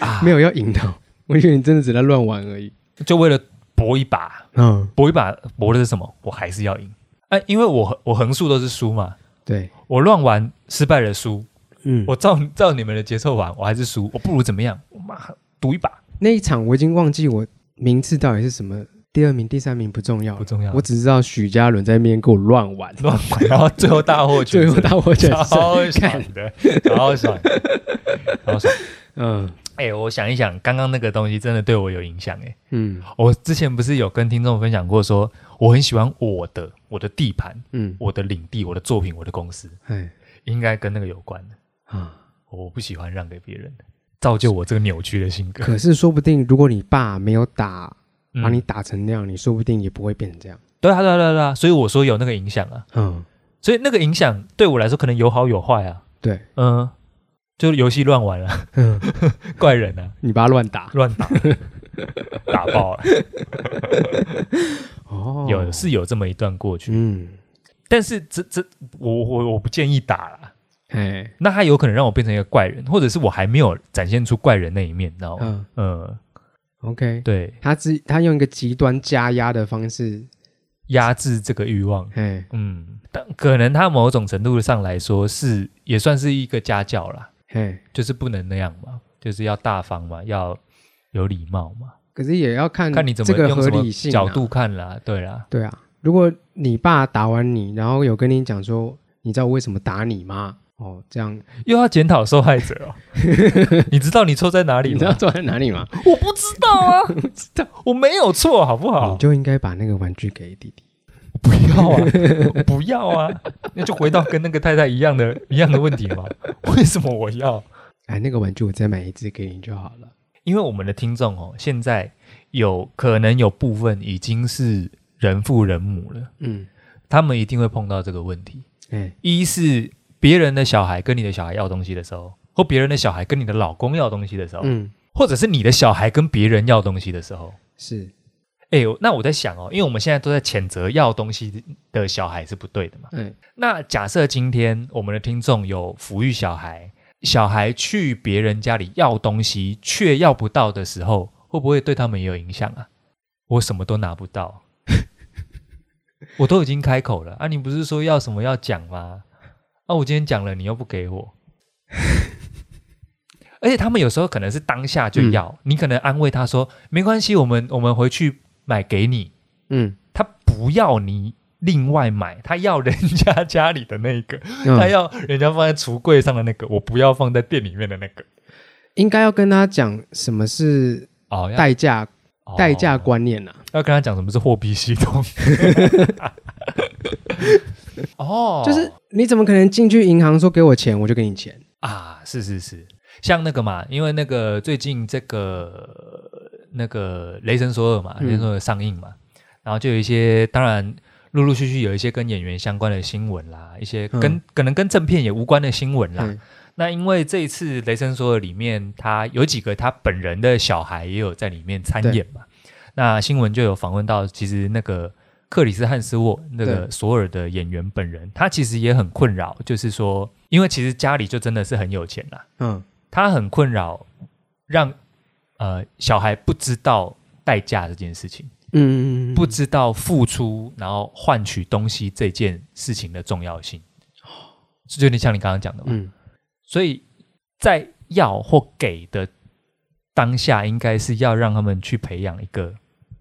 啊，
[laughs] 没有要赢的，我以为你真的只在乱玩而已。
就为了搏一把，
嗯，
搏一把搏的是什么？我还是要赢。哎，因为我我横竖都是输嘛，
对，
我乱玩失败了输，
嗯，
我照照你们的节奏玩，我还是输，我不如怎么样？我妈赌一把
那一场我已经忘记我名次到底是什么，第二名、第三名不重要
不
了，
重要，
我只知道许嘉伦在那边给我乱玩，
乱玩，然后最后大获
最
全胜
后，大获全胜。
超爽的，超爽的，超爽。
嗯
哎、我想一想，刚刚那个东西真的对我有影响哎、
嗯
我之前不是有跟听众分享过说我很喜欢我的我的地盘、
嗯，
我的领地、我的作品、我的公司，
哎
应该跟那个有关的。
啊，
我不喜欢让给别人，造就我这个扭曲的性格。
可是说不定如果你爸没有打，
嗯
把你打成那样，你说不定也不会变成这样。
对啊，对啊，对啊，对啊，所以我说有那个影响啊，
嗯，
所以那个影响对我来说可能有好有坏啊。
对，
嗯，就游戏乱玩啊， [laughs]
嗯，
怪人啊，
你爸乱打
乱打，打爆了。
哦，
有是有这么一段过去，
嗯，
但是这这我我我不建议打啦。
哎
那他有可能让我变成一个怪人，或者是我还没有展现出怪人那一面，你知道吗？
嗯
嗯，
，OK，
对，
他自他用一个极端加压的方式，
压制这个欲望。
哎，
嗯，但可能他某种程度上来说是也算是一个家教啦，
哎，
就是不能那样嘛，就是要大方嘛，要有礼貌嘛，
可是也要看
看你怎
嗯
么
这个
用
合
什么
理性啊
角度看啦，对啦，
对啊，如果你爸打完你，然后有跟你讲说，你知道我为什么打你吗？哦，这样
又要检讨受害者
[laughs]
哦，你知道你错在哪里
你知道
吗？
错在哪里吗？
我不知
[laughs]
道啊，知道我没有错，好不好
你？就应该把那个玩具给弟弟。
不要啊，我 [laughs] 不要啊，那就回到跟那个太太一样的一样的问题嘛，为什么我要？
哎，那个玩具我再买一只给你就好了。
因为我们的听众哦，现在有可能有部分已经是人父人母了，
嗯，
他们一定会碰到这个问题：
哎，
一是别人的小孩跟你的小孩要东西的时候，或别人的小孩跟你的老公要东西的时候，
嗯，
或者是你的小孩跟别人要东西的时候。
是，
哎，我那我在想哦，因为我们现在都在谴责要东西的小孩是不对的嘛。
哎，
那假设今天我们的听众有抚育小孩，小孩去别人家里要东西却要不到的时候，会不会对他们也有影响啊？我什么都拿不到，我都已经开口了啊！你不是说要什么要讲吗？啊，我今天讲了，你又不给我。而且他们有时候可能是当下就要，你可能安慰他说没关系，我们我们回去买给你，
嗯，
他不要你另外买，他要人家家里的那一个，他
嗯，
要人家放在橱柜上的那个，我不要放在店里面的那个。
应该要跟他讲什么是
哦，要
代价
哦
代价观念啊。
要跟他讲什么是货币
[laughs]
系统。哦，
就是你怎么可能进去银行说给我钱我就给你钱？
啊，是是是，像那个嘛，因为那个最近这个那个《雷神索尔》嘛，《
嗯
雷神索尔》上映嘛，然后就有一些，当然陆陆续续有一些跟演员相关的新闻啦，一些跟、可能跟正片也无关的新闻啦。
嗯
那因为这一次《雷神索尔》里面，他有几个他本人的小孩也有在里面参演嘛。那新闻就有访问到，其实那个克里斯汉斯沃那个
对
索尔的演员本人，他其实也很困扰，就是说，因为其实家里就真的是很有钱啦，
嗯，
他很困扰让呃小孩不知道代价这件事情，
嗯，
不知道付出然后换取东西这件事情的重要性，
哦
这就有点像你刚刚讲的嘛。
嗯，
所以在要或给的当下，应该是要让他们去培养一个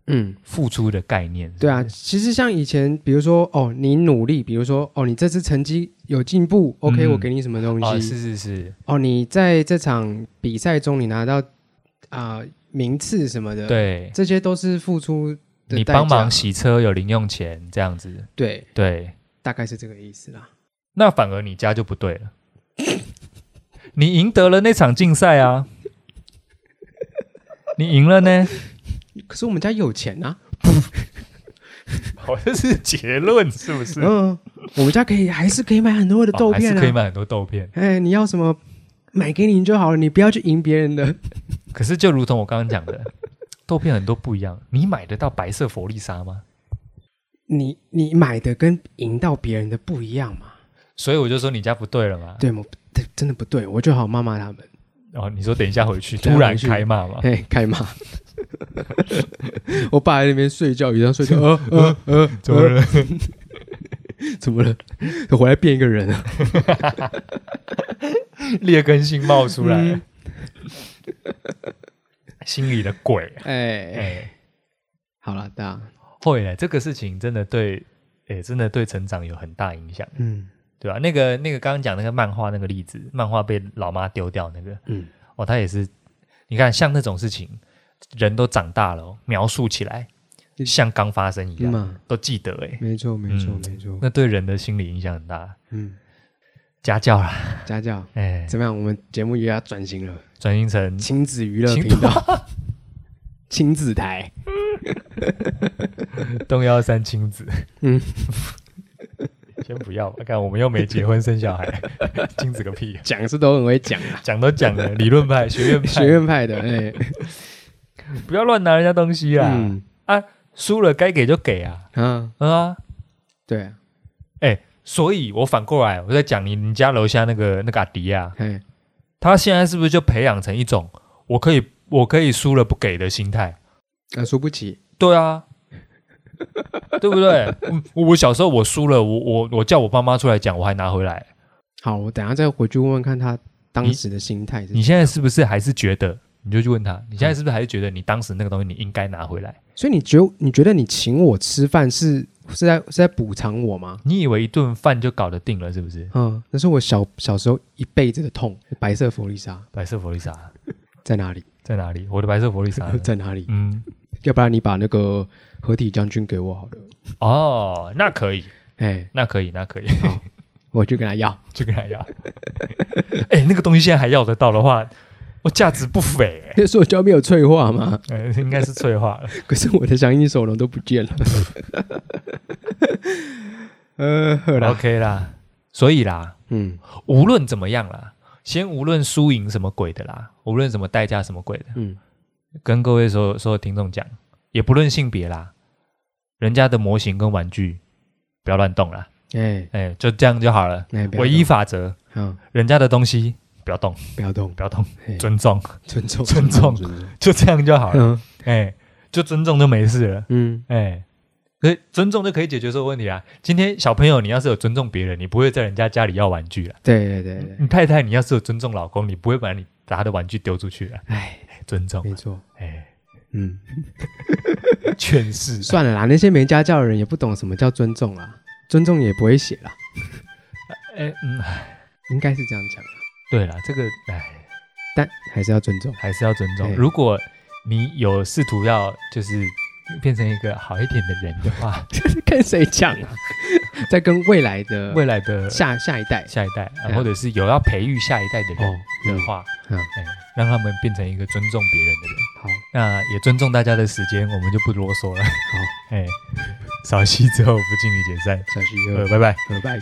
嗯，
付出的概念。是不
对啊，
是，
其实像以前，比如说哦，你努力，比如说哦，你这次成绩有进步，OK，、
嗯
我给你什么东
哦，
西
是是是，
哦你在这场比赛中你拿到啊、名次什么的，，
呃对
这些都是付出的
你
代
帮忙
价
洗车有零用钱这样子，
对，
对，
大概是这个意思啦。
那反而你家就不对了。 [laughs] 你赢得了那场竞赛啊，
[laughs]
你赢了呢，嗯
可是我们家有钱啊，
好像是结论是不是？
嗯，我们家可以还是可以买很多的豆
哦还是
片
可以
啊，
买很多豆片。
哎，你要什么买给你就好了，你不要去赢别人的。 [laughs]
可是就如同我刚刚讲的，豆片很多不一样，你买得到白色佛利沙吗？
你你买的跟赢到别人的不一样嘛？
所以我就说你家不对了嘛。
对吗？对，真的不对，我就好骂骂他们，
哦，你说等一下回去，
对啊
突然
回去
开骂嘛？
哎、开骂。 [laughs] 我爸在那边睡觉，一样睡
[laughs]
觉，呃呃呃，
怎么
[laughs]
了？
呃怎么了？ [laughs] 我回来变一个人啊了。
劣根性冒出来，
[laughs] 嗯
心里的鬼。
哎、
哎、
好了，大家，
会了，这个事情真的对，哎、真的对成长有很大影响，
嗯
对吧、那个那个刚刚讲那个漫画那个例子，漫画被老妈丢掉那个，
嗯，
哦，他也是，你看像那种事情，人都长大了哦、描述起来
嗯
像刚发生一
嗯
样，
嘛，
都记得哎、
没错没错
嗯
没错，
那对人的心理影响很大。
嗯，
家教啦，
家教
哎、
怎么样？我们节目也要转型了，
转型成
亲子娱乐
亲
频道，亲子台，
东幺三亲子，嗯
嗯，
[laughs] 先不要吧，看我们又没结婚生小孩， [laughs] 亲子个屁啊！
讲是都很会讲 [laughs] 啊，
讲都讲了，理论派、学院派，
学院派的，哎、
不要乱拿人家东西啊！
嗯
输了该给就给啊，
啊，
嗯啊，
对啊，
所以我反过来我在讲你你家楼下那个那个阿迪啊，
哎，
他现在是不是就培养成一种我可以我可以输了不给的心态？
啊，输不起，
对啊，对不对？嗯我小时候我输了，我我我叫我爸妈出来讲，我还拿回来。
好，我等一下再回去问问看他
你
当时的心态是
你现在是不嗯是还是觉得？你就去问他，你现在是不是还是觉得你当时那个东西你应该拿回来？
所以你觉你觉得你请我吃饭是是在是在补偿我吗？
你以为一顿饭就搞得定了，是不是？
嗯，那是我小小时候一辈子的痛。白色佛利沙
白色佛利萨
在哪里？
在哪里？我的白色佛利 [laughs] 萨呢，
[laughs] 在哪里？
嗯，
要不然你把那个合体将军给我好了。
哦，那可以，
哎，
那可以，那 [laughs] 可以，
我去跟他要。
就跟他要。 [laughs] 哎、那个东西现在还要得到的话，我价值不 [laughs] 菲、欸。
那塑胶没有脆化吗？
呃应该是脆化了。
[laughs] 可是我的响应手龙都不见了。 [laughs] 呃，好
[laughs]
啦，
OK 啦，所以啦，
嗯
无论怎么样啦，先无论输赢什么鬼的啦，无论什么代价什么鬼的，
嗯，
跟各位所有所有听众讲，也不论性别啦，人家的模型跟玩具不要乱动啦，
哎
哎、就这样就好了。
哎，不要
唯一
动
法则，
嗯，
人家的东西不要动，
不要动，
不要动，
嘿
尊重， [laughs]
尊重
尊重
尊重。
就这样就
[laughs]
好了。
嗯
哎、就尊重就没事了。
嗯，
哎、可以尊重就可以解决这个问题啊。今天小朋友，你要是有尊重别人，你不会在人家家里要玩具啦。
对对对对，
你太太，你要是有尊重老公，你不会把你啊把他的玩具丢出去的。
哎，
尊重，
没错，
哎，
嗯。
劝世，啊
算了啦，那些没家教的人也不懂什么叫尊重啦，尊重也不会写啦，
哎，嗯，
应该是这样讲，
对了，这个哎
但还是要尊
[laughs]
重。
还是要尊重。
对
如果你有试图要就是变成一个好一点的人的话，
[laughs] 跟谁讲啊？ [laughs] 在跟未来的
未来的
下下一代
下一代，呃
嗯
或者是有要培育下一代的人
哦，
的话，
嗯
哎，让他们变成一个尊重别人的人。
好，
那也尊重大家的时间，我们就不啰嗦了。 [laughs]
好，
哎，扫息之后不敬礼解散，
小徐
呃，
哥，
拜拜。
拜拜。